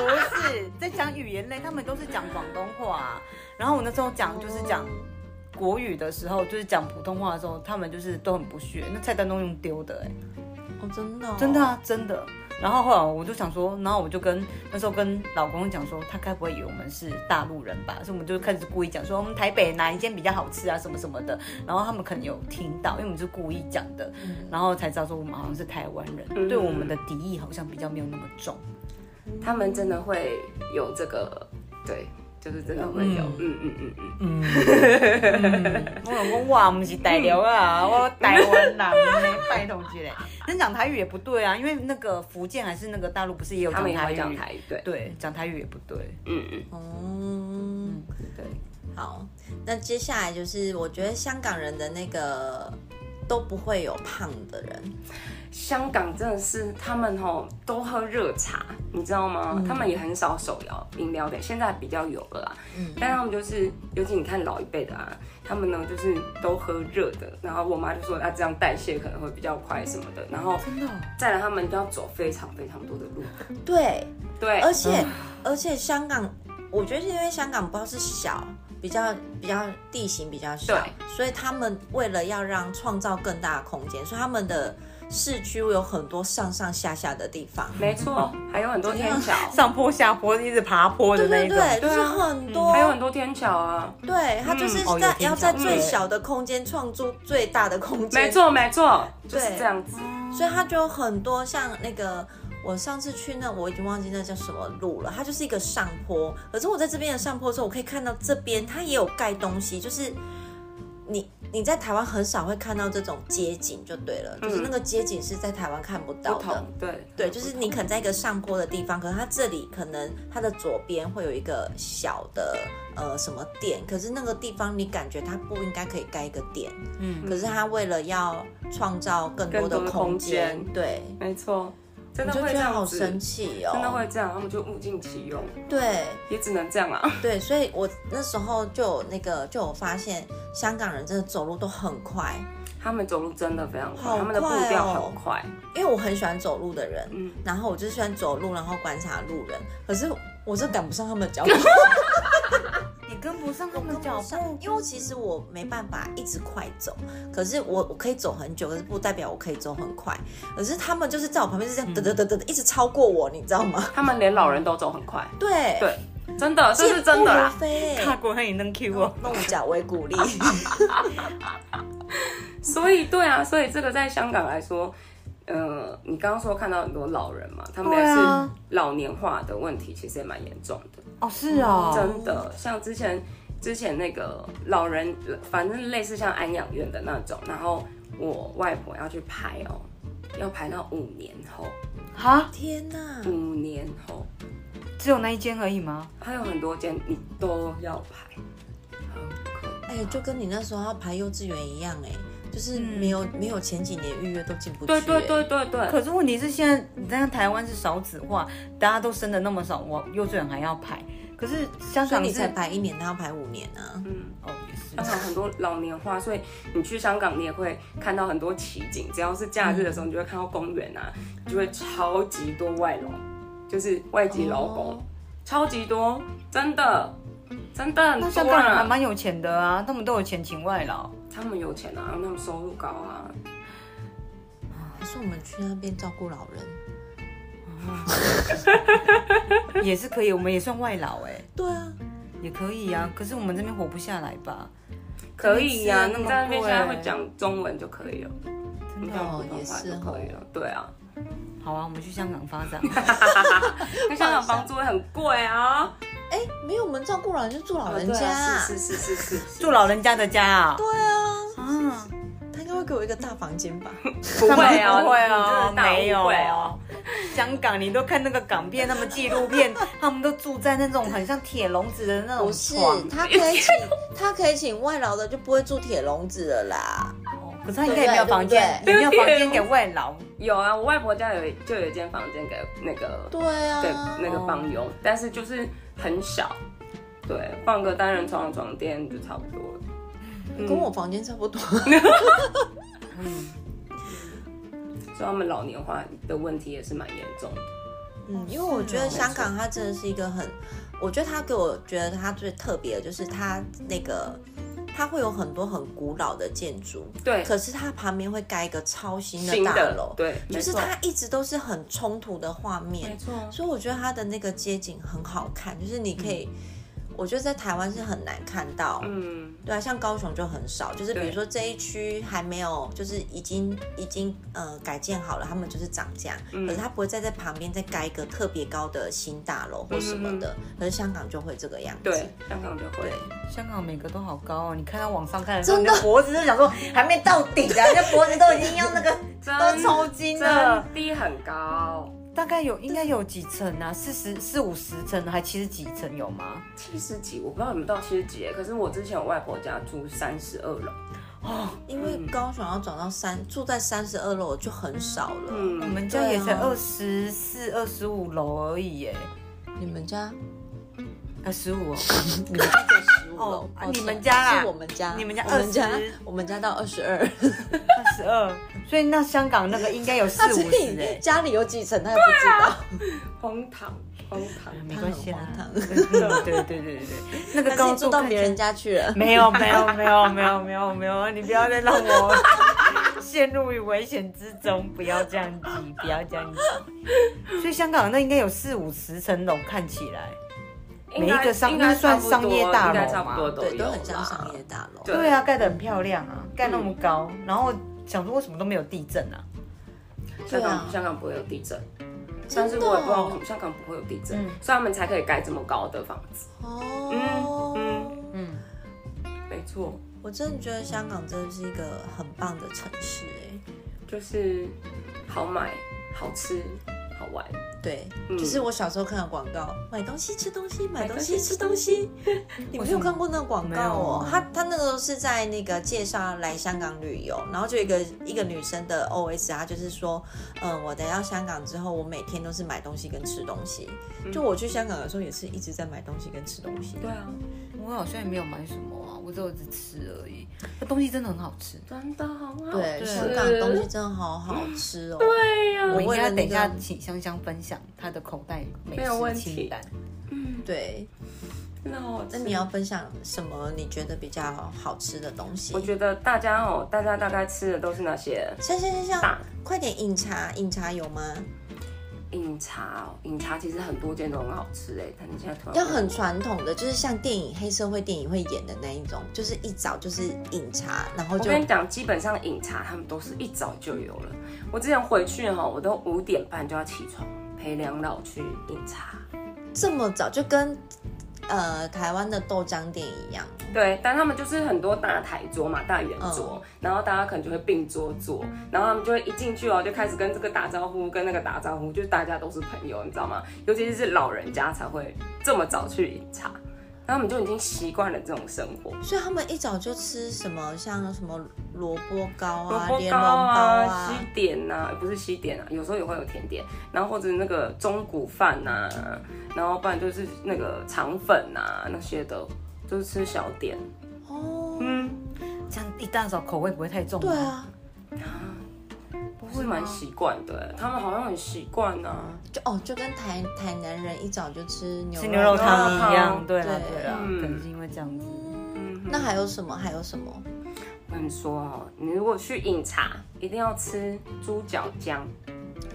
[SPEAKER 1] 不是在讲语言类，他们都是讲广东话、啊然后我那时候讲就是讲国语的时候，就是讲普通话的时候，他们就是都很不屑，那菜单都用丢的、哎，
[SPEAKER 2] 哦，真的哦
[SPEAKER 1] 真的啊，真的。然后后来我就想说，然后我就跟那时候跟老公讲说，他该不会以为我们是大陆人吧？所以我们就开始故意讲说，我们台北哪一间比较好吃啊，什么什么的。然后他们可能有听到，因为我们是故意讲的，
[SPEAKER 3] 嗯
[SPEAKER 1] 然后才知道说我们好像是台湾人，对我们的敌意好像比较没有那么重。
[SPEAKER 3] 他们真的会有这个，对，就是真的会有，嗯嗯嗯嗯，
[SPEAKER 1] 我老公哇，我们是台流啊，
[SPEAKER 3] 嗯
[SPEAKER 1] 我台湾人呢，拜托之嘞。但讲台语也不对啊，因为那个福建还是那个大陆，不是也有
[SPEAKER 3] 他
[SPEAKER 1] 讲
[SPEAKER 3] 们也
[SPEAKER 1] 台
[SPEAKER 3] 会
[SPEAKER 1] 语？
[SPEAKER 3] 讲台语，对，
[SPEAKER 1] 对，讲台语也不对。嗯
[SPEAKER 3] 嗯嗯，
[SPEAKER 2] 哦。
[SPEAKER 1] 对，
[SPEAKER 2] 好，那接下来就是我觉得香港人的那个都不会有胖的人，
[SPEAKER 3] 香港真的是他们吼都喝热茶，你知道吗？
[SPEAKER 1] 嗯
[SPEAKER 3] 他们也很少手摇饮料的，现在比较有了啦。
[SPEAKER 2] 嗯
[SPEAKER 3] 但他们就是，尤其你看老一辈的啊，他们呢就是都喝热的。然后我妈就说，那、这样代谢可能会比较快什么的。然后
[SPEAKER 1] 真的哦、
[SPEAKER 3] 再来，他们要走非常非常多的路。
[SPEAKER 2] 对，
[SPEAKER 3] 对，
[SPEAKER 1] 呃
[SPEAKER 2] 而且、而且香港，我觉得是因为香港不知道是小，比较比较地形比较小，所以他们为了要让创造更大的空间，所以他们的市区有很多上上下下的地方。
[SPEAKER 3] 没错，还有很多天 桥，
[SPEAKER 1] 上坡下坡一直爬坡的
[SPEAKER 2] 对
[SPEAKER 1] 那
[SPEAKER 2] 对
[SPEAKER 1] 一种。
[SPEAKER 2] 对，就
[SPEAKER 3] 对啊
[SPEAKER 2] 是很多，
[SPEAKER 3] 还有很多天桥啊。
[SPEAKER 2] 对他就是
[SPEAKER 3] 嗯
[SPEAKER 1] 哦有
[SPEAKER 2] 在、
[SPEAKER 1] 听
[SPEAKER 2] 要在
[SPEAKER 1] 讲
[SPEAKER 2] 最
[SPEAKER 1] 对
[SPEAKER 2] 小的空间创出最大的空间，
[SPEAKER 3] 没错，没错，就是
[SPEAKER 2] 对
[SPEAKER 3] 这样子。
[SPEAKER 2] 所以它就有很多像那个。我上次去那，我已经忘记那叫什么路了，它就是一个上坡。可是我在这边的上坡的时候，我可以看到这边它也有盖东西，就是你你在台湾很少会看到这种街景，就对了，就是那个街景是在台湾看不
[SPEAKER 3] 嗯不
[SPEAKER 2] 到的
[SPEAKER 3] 同。对
[SPEAKER 2] 对，就是你可能在一个上坡的地方，可能它这里可能它的左边会有一个小的呃什么店，可是那个地方你感觉它不应该可以盖一个店，
[SPEAKER 1] 嗯
[SPEAKER 2] 可是它为了要创造更多
[SPEAKER 3] 更多
[SPEAKER 2] 的
[SPEAKER 3] 的
[SPEAKER 2] 空
[SPEAKER 3] 空间
[SPEAKER 2] 间，对，
[SPEAKER 3] 没错，真
[SPEAKER 2] 我
[SPEAKER 3] 的
[SPEAKER 2] 就
[SPEAKER 3] 会
[SPEAKER 2] 觉
[SPEAKER 3] 这
[SPEAKER 2] 得
[SPEAKER 3] 样
[SPEAKER 2] 好
[SPEAKER 3] 子，
[SPEAKER 2] 神奇哦，
[SPEAKER 3] 真的会这样，他们就物尽其用，
[SPEAKER 2] 对。
[SPEAKER 3] 也只能这样啊。
[SPEAKER 2] 对，所以我那时候就有那个就有发现，香港人真的走路都很快，
[SPEAKER 3] 他们走路真的非常快，
[SPEAKER 2] 好
[SPEAKER 3] 他们的步
[SPEAKER 2] 快
[SPEAKER 3] 调
[SPEAKER 2] 哦
[SPEAKER 3] 很快，
[SPEAKER 2] 因为我很喜欢走路的人，
[SPEAKER 3] 嗯
[SPEAKER 2] 然后我就喜欢走路，然后观察路人，可是我是赶不上他们的 脚步，
[SPEAKER 1] 你跟不上他们脚步，
[SPEAKER 2] 因为其实我没办法一直快走，可是我我可以走很久，可是不代表我可以走很快，可是他们就是在我旁边是这
[SPEAKER 3] 嗯
[SPEAKER 2] 样，得得得得，一直超过我，你知道吗？
[SPEAKER 3] 他们连老人都走很快，
[SPEAKER 2] 对
[SPEAKER 3] 对真的，这是真的啊啦。
[SPEAKER 2] 飞、
[SPEAKER 1] 踏过他也能 Q 哦我。
[SPEAKER 2] 弄脚为鼓 励，
[SPEAKER 3] 所以对啊，所以这个在香港来说，呃，你刚刚说看到很多老人嘛，他们
[SPEAKER 1] 对
[SPEAKER 3] 也
[SPEAKER 1] 啊
[SPEAKER 3] 是老年化的问题，其实也蛮严重的，
[SPEAKER 1] 哦，是哦，
[SPEAKER 3] 真的。像之前之前那个老人，反正类似像安养院的那种，然后我外婆要去排哦，要排到五年后，
[SPEAKER 1] 哈，
[SPEAKER 2] 天哪！
[SPEAKER 3] 五年后
[SPEAKER 1] 只有那一间而已吗？
[SPEAKER 3] 还有很多间你都要排，很可
[SPEAKER 2] 哎、就跟你那时候要排幼稚园一样、哎，就是没有、没有前几年预约都进不去、
[SPEAKER 3] 嗯对对
[SPEAKER 2] 哎
[SPEAKER 3] 对对对，
[SPEAKER 1] 可是问题是现在你看台湾是少子化，大家都生的那么少，我幼稚园还要排，可是香
[SPEAKER 2] 所以
[SPEAKER 1] 港
[SPEAKER 2] 你
[SPEAKER 1] 是
[SPEAKER 2] 才排一年，他要排五年啊。
[SPEAKER 3] 嗯。
[SPEAKER 1] 哦也是
[SPEAKER 3] 香港很多老年化，所以你去香港你也会看到很多奇景。只要是假日的时候，你就会看到公园啊，就会超级多外劳，就是外籍劳工，
[SPEAKER 2] 哦
[SPEAKER 3] 超级多，真的，真的
[SPEAKER 1] 那
[SPEAKER 3] 很
[SPEAKER 1] 香
[SPEAKER 3] 多
[SPEAKER 1] 港人还
[SPEAKER 3] 啊。
[SPEAKER 1] 蛮有钱的啊，他们都有钱请外劳。
[SPEAKER 3] 他们有钱啊，他们收入高啊，
[SPEAKER 2] 还是我们去那边照顾老人？
[SPEAKER 1] 也是可以，我们也算外劳哎、
[SPEAKER 2] 对啊，
[SPEAKER 1] 也可以啊。可是我们这边活不下来吧？
[SPEAKER 3] 可以呀、
[SPEAKER 1] 真的是
[SPEAKER 3] 那你在那
[SPEAKER 1] 那
[SPEAKER 3] 边
[SPEAKER 1] 么贵
[SPEAKER 3] 现在会讲中文就可以了，
[SPEAKER 1] 真
[SPEAKER 3] 你
[SPEAKER 1] 的
[SPEAKER 3] 讲
[SPEAKER 1] 哦、
[SPEAKER 3] 普通话就可以了。对啊，
[SPEAKER 1] 好啊，我们去香港发 展。
[SPEAKER 3] 那香港房租会很贵啊。
[SPEAKER 2] 哎、没有，我们照顾老人就住老人
[SPEAKER 3] 对
[SPEAKER 2] 家、
[SPEAKER 3] 啊是是是是是，
[SPEAKER 1] 住老人家的家啊。
[SPEAKER 2] 对啊，
[SPEAKER 1] 啊，
[SPEAKER 2] 他应该会给我一个大房间 吧？
[SPEAKER 3] 不
[SPEAKER 1] 不
[SPEAKER 3] 会啊，
[SPEAKER 1] 不会啊
[SPEAKER 3] 你真的，大
[SPEAKER 1] 没有
[SPEAKER 3] 误会哦。。
[SPEAKER 1] 啊香港，你都看那个港片，那么纪录片，他们都住在那种很像铁笼子的那种
[SPEAKER 2] 不是
[SPEAKER 1] 床。，
[SPEAKER 2] 他可以请， 他可以请外劳的，就不会住铁笼子了啦。
[SPEAKER 1] 哦可是他应该也没有房间，
[SPEAKER 3] 对
[SPEAKER 1] 也没
[SPEAKER 3] 不对
[SPEAKER 1] 有房间给外劳。
[SPEAKER 3] 有啊，我外婆家有就有一间房间给那个
[SPEAKER 2] 对
[SPEAKER 3] 对
[SPEAKER 2] 啊，
[SPEAKER 3] 那个帮佣，但是就是很小，对，放个单人床床垫就差不多了。
[SPEAKER 2] 跟我房间差不 多。
[SPEAKER 3] 所以他们老年化的问题也是蛮严重的。
[SPEAKER 2] 嗯，因为我觉得香港它真的是一个很，我觉得它给我觉得它最特别的就是它那个，它会有很多很古老的建筑，
[SPEAKER 3] 对，
[SPEAKER 2] 可是它旁边会盖一个超新的
[SPEAKER 3] 新
[SPEAKER 2] 大
[SPEAKER 3] 的
[SPEAKER 2] 楼，
[SPEAKER 3] 对，
[SPEAKER 2] 就是
[SPEAKER 3] 没错
[SPEAKER 2] 它一直都是很冲突的画面
[SPEAKER 3] 没，错，
[SPEAKER 2] 所以我觉得它的那个街景很好看，就是你可以，我觉得在台湾是很难看到。
[SPEAKER 3] 嗯，
[SPEAKER 2] 对啊，像高雄就很少，就是比如
[SPEAKER 3] 对
[SPEAKER 2] 说这一区还没有，就是已经已经呃改建好了，他们就是涨价，可是他不会再在旁边再盖一个特别高的新大楼或什么的，可是香港就会这个样子。
[SPEAKER 3] 对，香港就会
[SPEAKER 2] 对。
[SPEAKER 1] 香港每个都好高哦，你看他往上看的时候，你的脖子就想说还没到顶啊，那脖子都已经要那个都抽
[SPEAKER 2] 啊
[SPEAKER 1] 筋了，
[SPEAKER 3] 真的很高，
[SPEAKER 1] 大概有应该有几层啊？四十四五十层，还七十几层有吗？
[SPEAKER 3] 七十几，我不知道有没有到七十几耶，可是我之前我外婆家住三十二楼，
[SPEAKER 2] 因为高雄要转到三，住在三十二楼就很少了。
[SPEAKER 1] 我
[SPEAKER 3] 嗯，
[SPEAKER 1] 们家也才
[SPEAKER 2] 对啊
[SPEAKER 1] 二十四、二十五楼而已耶，
[SPEAKER 2] 你们家？
[SPEAKER 1] 啊，十五哦，
[SPEAKER 2] 你们家就十五楼
[SPEAKER 1] 哦，
[SPEAKER 2] 抱歉
[SPEAKER 1] 你们家啦
[SPEAKER 2] 是我们家，
[SPEAKER 1] 你们家
[SPEAKER 2] 我们家
[SPEAKER 1] 20，
[SPEAKER 2] 我们家到二十二。
[SPEAKER 1] 二十二，所以那香港那个应该有四
[SPEAKER 2] 他自
[SPEAKER 1] 五
[SPEAKER 2] 己
[SPEAKER 1] 十哎，
[SPEAKER 2] 家里有几层，他也不知道。
[SPEAKER 3] 荒唐荒唐，
[SPEAKER 1] 没关系啦
[SPEAKER 2] 很，
[SPEAKER 1] 对
[SPEAKER 2] 荒
[SPEAKER 1] 对对对对，啊那个
[SPEAKER 2] 但
[SPEAKER 1] 高
[SPEAKER 2] 是住
[SPEAKER 1] 度
[SPEAKER 2] 到
[SPEAKER 1] 看
[SPEAKER 2] 别
[SPEAKER 1] 起
[SPEAKER 2] 人
[SPEAKER 1] 来
[SPEAKER 2] 家去了。
[SPEAKER 1] 没有没有没有没有没有没有，你不要再让我陷入于危险之中，不要这样子，不要这样子。所以香港那应该有四五十层楼，看起来。
[SPEAKER 3] 应该
[SPEAKER 1] 每一个商
[SPEAKER 3] 应该差不
[SPEAKER 1] 那
[SPEAKER 3] 多
[SPEAKER 1] 算商业大楼
[SPEAKER 3] 应该差不多都有
[SPEAKER 2] 啊对，
[SPEAKER 3] 啦，
[SPEAKER 2] 都很像商业大楼。
[SPEAKER 3] 对
[SPEAKER 1] 对啊，盖得很漂亮啊，盖那么高，然后想说为什么都没有地震啊？
[SPEAKER 3] 香
[SPEAKER 2] 对
[SPEAKER 3] 港、
[SPEAKER 2] 啊
[SPEAKER 3] 香港不会有地震，
[SPEAKER 2] 真
[SPEAKER 3] 但
[SPEAKER 2] 的
[SPEAKER 3] 是
[SPEAKER 2] 哦嗯
[SPEAKER 3] 我也不知道为什么香港不会有地震，所以他们才可以盖这么高的房子。
[SPEAKER 2] 哦，
[SPEAKER 3] 嗯
[SPEAKER 1] 嗯，
[SPEAKER 3] 没错，
[SPEAKER 2] 我真的觉得香港真的是一个很棒的城市哎、
[SPEAKER 3] 就是好买、好吃、好玩。
[SPEAKER 2] 对，
[SPEAKER 3] 嗯
[SPEAKER 2] 就是我小时候看的广告，买东西吃东西，买东西吃东西。
[SPEAKER 3] 嗯
[SPEAKER 2] 你没有看过那个广告
[SPEAKER 1] 没
[SPEAKER 2] 哦？
[SPEAKER 1] 有
[SPEAKER 2] 他他那个时候是在那个介绍来香港旅游，然后就有一个一个女生的 OS，她就是说，嗯，我来到香港之后，我每天都是买东西跟吃东西。就我去香港的时候，也是一直在买东西跟吃东西。
[SPEAKER 3] 嗯对啊，
[SPEAKER 1] 我好像也没有买什么啊，我只有只吃而已。那东西真的很好吃，
[SPEAKER 3] 真的很好
[SPEAKER 2] 对，
[SPEAKER 3] 吃
[SPEAKER 2] 香港的东西真的好好吃哦。
[SPEAKER 3] 哦对呀、
[SPEAKER 1] 我应
[SPEAKER 2] 为了
[SPEAKER 1] 该
[SPEAKER 2] 那
[SPEAKER 1] 等一下
[SPEAKER 2] 个
[SPEAKER 1] 请香香分享她的口袋美
[SPEAKER 3] 没有问
[SPEAKER 1] 食
[SPEAKER 3] 题
[SPEAKER 1] 清单。
[SPEAKER 2] 对，
[SPEAKER 3] 真的好好吃。
[SPEAKER 2] 那你要分享什么你觉得比较好吃的东西
[SPEAKER 3] 我？觉得大家哦，大家大概吃的都是那些
[SPEAKER 2] 香香香香
[SPEAKER 3] 大，
[SPEAKER 2] 快点饮茶，饮茶有吗？
[SPEAKER 3] 饮茶哦，饮茶其实很多间都很好吃哎。但你现在突然
[SPEAKER 2] 要很传统的，就是像电影黑社会电影会演的那一种，就是一早就是饮茶，然后
[SPEAKER 3] 我
[SPEAKER 2] 就
[SPEAKER 3] 跟你讲，基本上饮茶他们都是一早就有了。我之前回去哈、我都五点半就要起床陪梁老去饮茶。
[SPEAKER 2] 这么早，就跟呃台湾的豆浆店一样。
[SPEAKER 3] 对，但他们就是很多大台桌嘛，大圆
[SPEAKER 2] 嗯
[SPEAKER 3] 桌，然后大家可能就会并桌坐，然后他们就会一进去哦，就开始跟这个打招呼，跟那个打招呼，就是大家都是朋友，你知道吗？尤其是老人家才会这么早去饮茶，然后他们就已经习惯了这种生活。
[SPEAKER 2] 所以他们一早就吃什么，像什么萝卜糕
[SPEAKER 3] 萝
[SPEAKER 2] 啊、
[SPEAKER 3] 卜
[SPEAKER 2] 莲
[SPEAKER 3] 糕
[SPEAKER 2] 蓉包
[SPEAKER 3] 啊、
[SPEAKER 2] 啊
[SPEAKER 3] 西，点呐、不是西点啊，有时候也会有甜点，然后或者那个中谷饭呐、然后不然就是那个肠粉呐、那些的，就是吃小点。
[SPEAKER 2] 哦，
[SPEAKER 3] 嗯，
[SPEAKER 1] 这样一大早口味不会太重
[SPEAKER 2] 对啊，
[SPEAKER 3] 我是蛮习惯的，他们好像很习惯啊呐。
[SPEAKER 2] 就哦就跟台台南人一早就吃牛
[SPEAKER 1] 吃牛肉汤
[SPEAKER 2] 啊
[SPEAKER 1] 一样，对啊
[SPEAKER 2] 对
[SPEAKER 1] 对啊，
[SPEAKER 3] 嗯
[SPEAKER 1] 可能是因为这样子。
[SPEAKER 2] 那还有什么？还有什么？
[SPEAKER 3] 我跟你说哦，你如果去饮茶，一定要吃猪脚姜，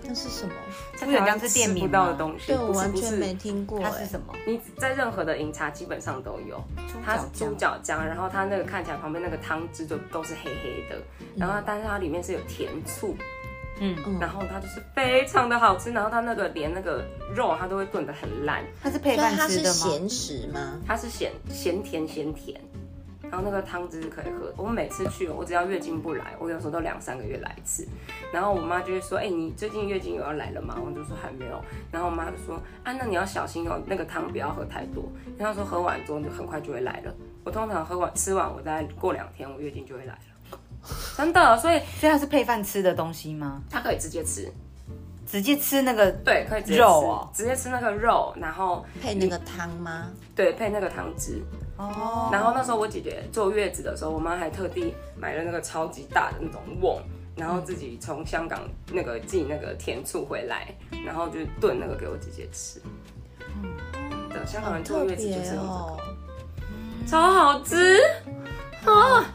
[SPEAKER 2] 那是什么？
[SPEAKER 3] 在
[SPEAKER 1] 猪脚姜
[SPEAKER 3] 台湾
[SPEAKER 1] 是店
[SPEAKER 3] 吃
[SPEAKER 1] 名吗
[SPEAKER 3] 不到的东西，
[SPEAKER 2] 对我
[SPEAKER 3] 不是
[SPEAKER 2] 完
[SPEAKER 3] 不
[SPEAKER 2] 全
[SPEAKER 3] 是
[SPEAKER 2] 没听过
[SPEAKER 1] 它
[SPEAKER 2] 哎、
[SPEAKER 1] 是什么？
[SPEAKER 3] 你在任何的饮茶基本上都有，它是猪脚姜，然后它那个看起来旁边那个汤汁就都是黑黑的，然后但是它里面是有甜醋，
[SPEAKER 1] 嗯，
[SPEAKER 2] 嗯
[SPEAKER 3] 然后它就是非常的好吃，然后它那个连那个肉它都会炖得很烂，
[SPEAKER 1] 它是配
[SPEAKER 2] 所
[SPEAKER 1] 饭
[SPEAKER 2] 啊以它
[SPEAKER 1] 吃
[SPEAKER 2] 是
[SPEAKER 1] 的吗？
[SPEAKER 2] 咸食吗？
[SPEAKER 3] 它是咸咸甜咸甜，然后那个汤汁是可以喝。我每次去，我只要月经不来，我有时候都两三个月来一次。然后我妈就会说：“哎、你最近月经有要来了吗？”我就说还没有。然后我妈就说：“啊，那你要小心哦，那个汤不要喝太多。”然后她说喝完之后就很快就会来了。我通常喝完吃完，我大概过两天我月经就会来了， 真的。啊所以
[SPEAKER 1] 所以它是配饭吃的东西吗？
[SPEAKER 3] 它可以直接吃，
[SPEAKER 1] 直接吃那个
[SPEAKER 3] 对，可以直接吃，
[SPEAKER 1] 肉哦
[SPEAKER 3] 直接吃那个肉，然后
[SPEAKER 2] 配那个汤吗？
[SPEAKER 3] 对配那个汤汁。
[SPEAKER 1] 哦，
[SPEAKER 3] 然后那时候我姐姐坐月子的时候，我妈还特地买了那个超级大的那种瓮，然后自己从香港那个寄那个甜醋回来，然后就炖那个给我姐姐吃。对，香港
[SPEAKER 2] 很
[SPEAKER 3] 人坐
[SPEAKER 2] 特
[SPEAKER 3] 月子就
[SPEAKER 2] 别
[SPEAKER 3] 是用这个，
[SPEAKER 2] 哦。
[SPEAKER 3] 超好吃，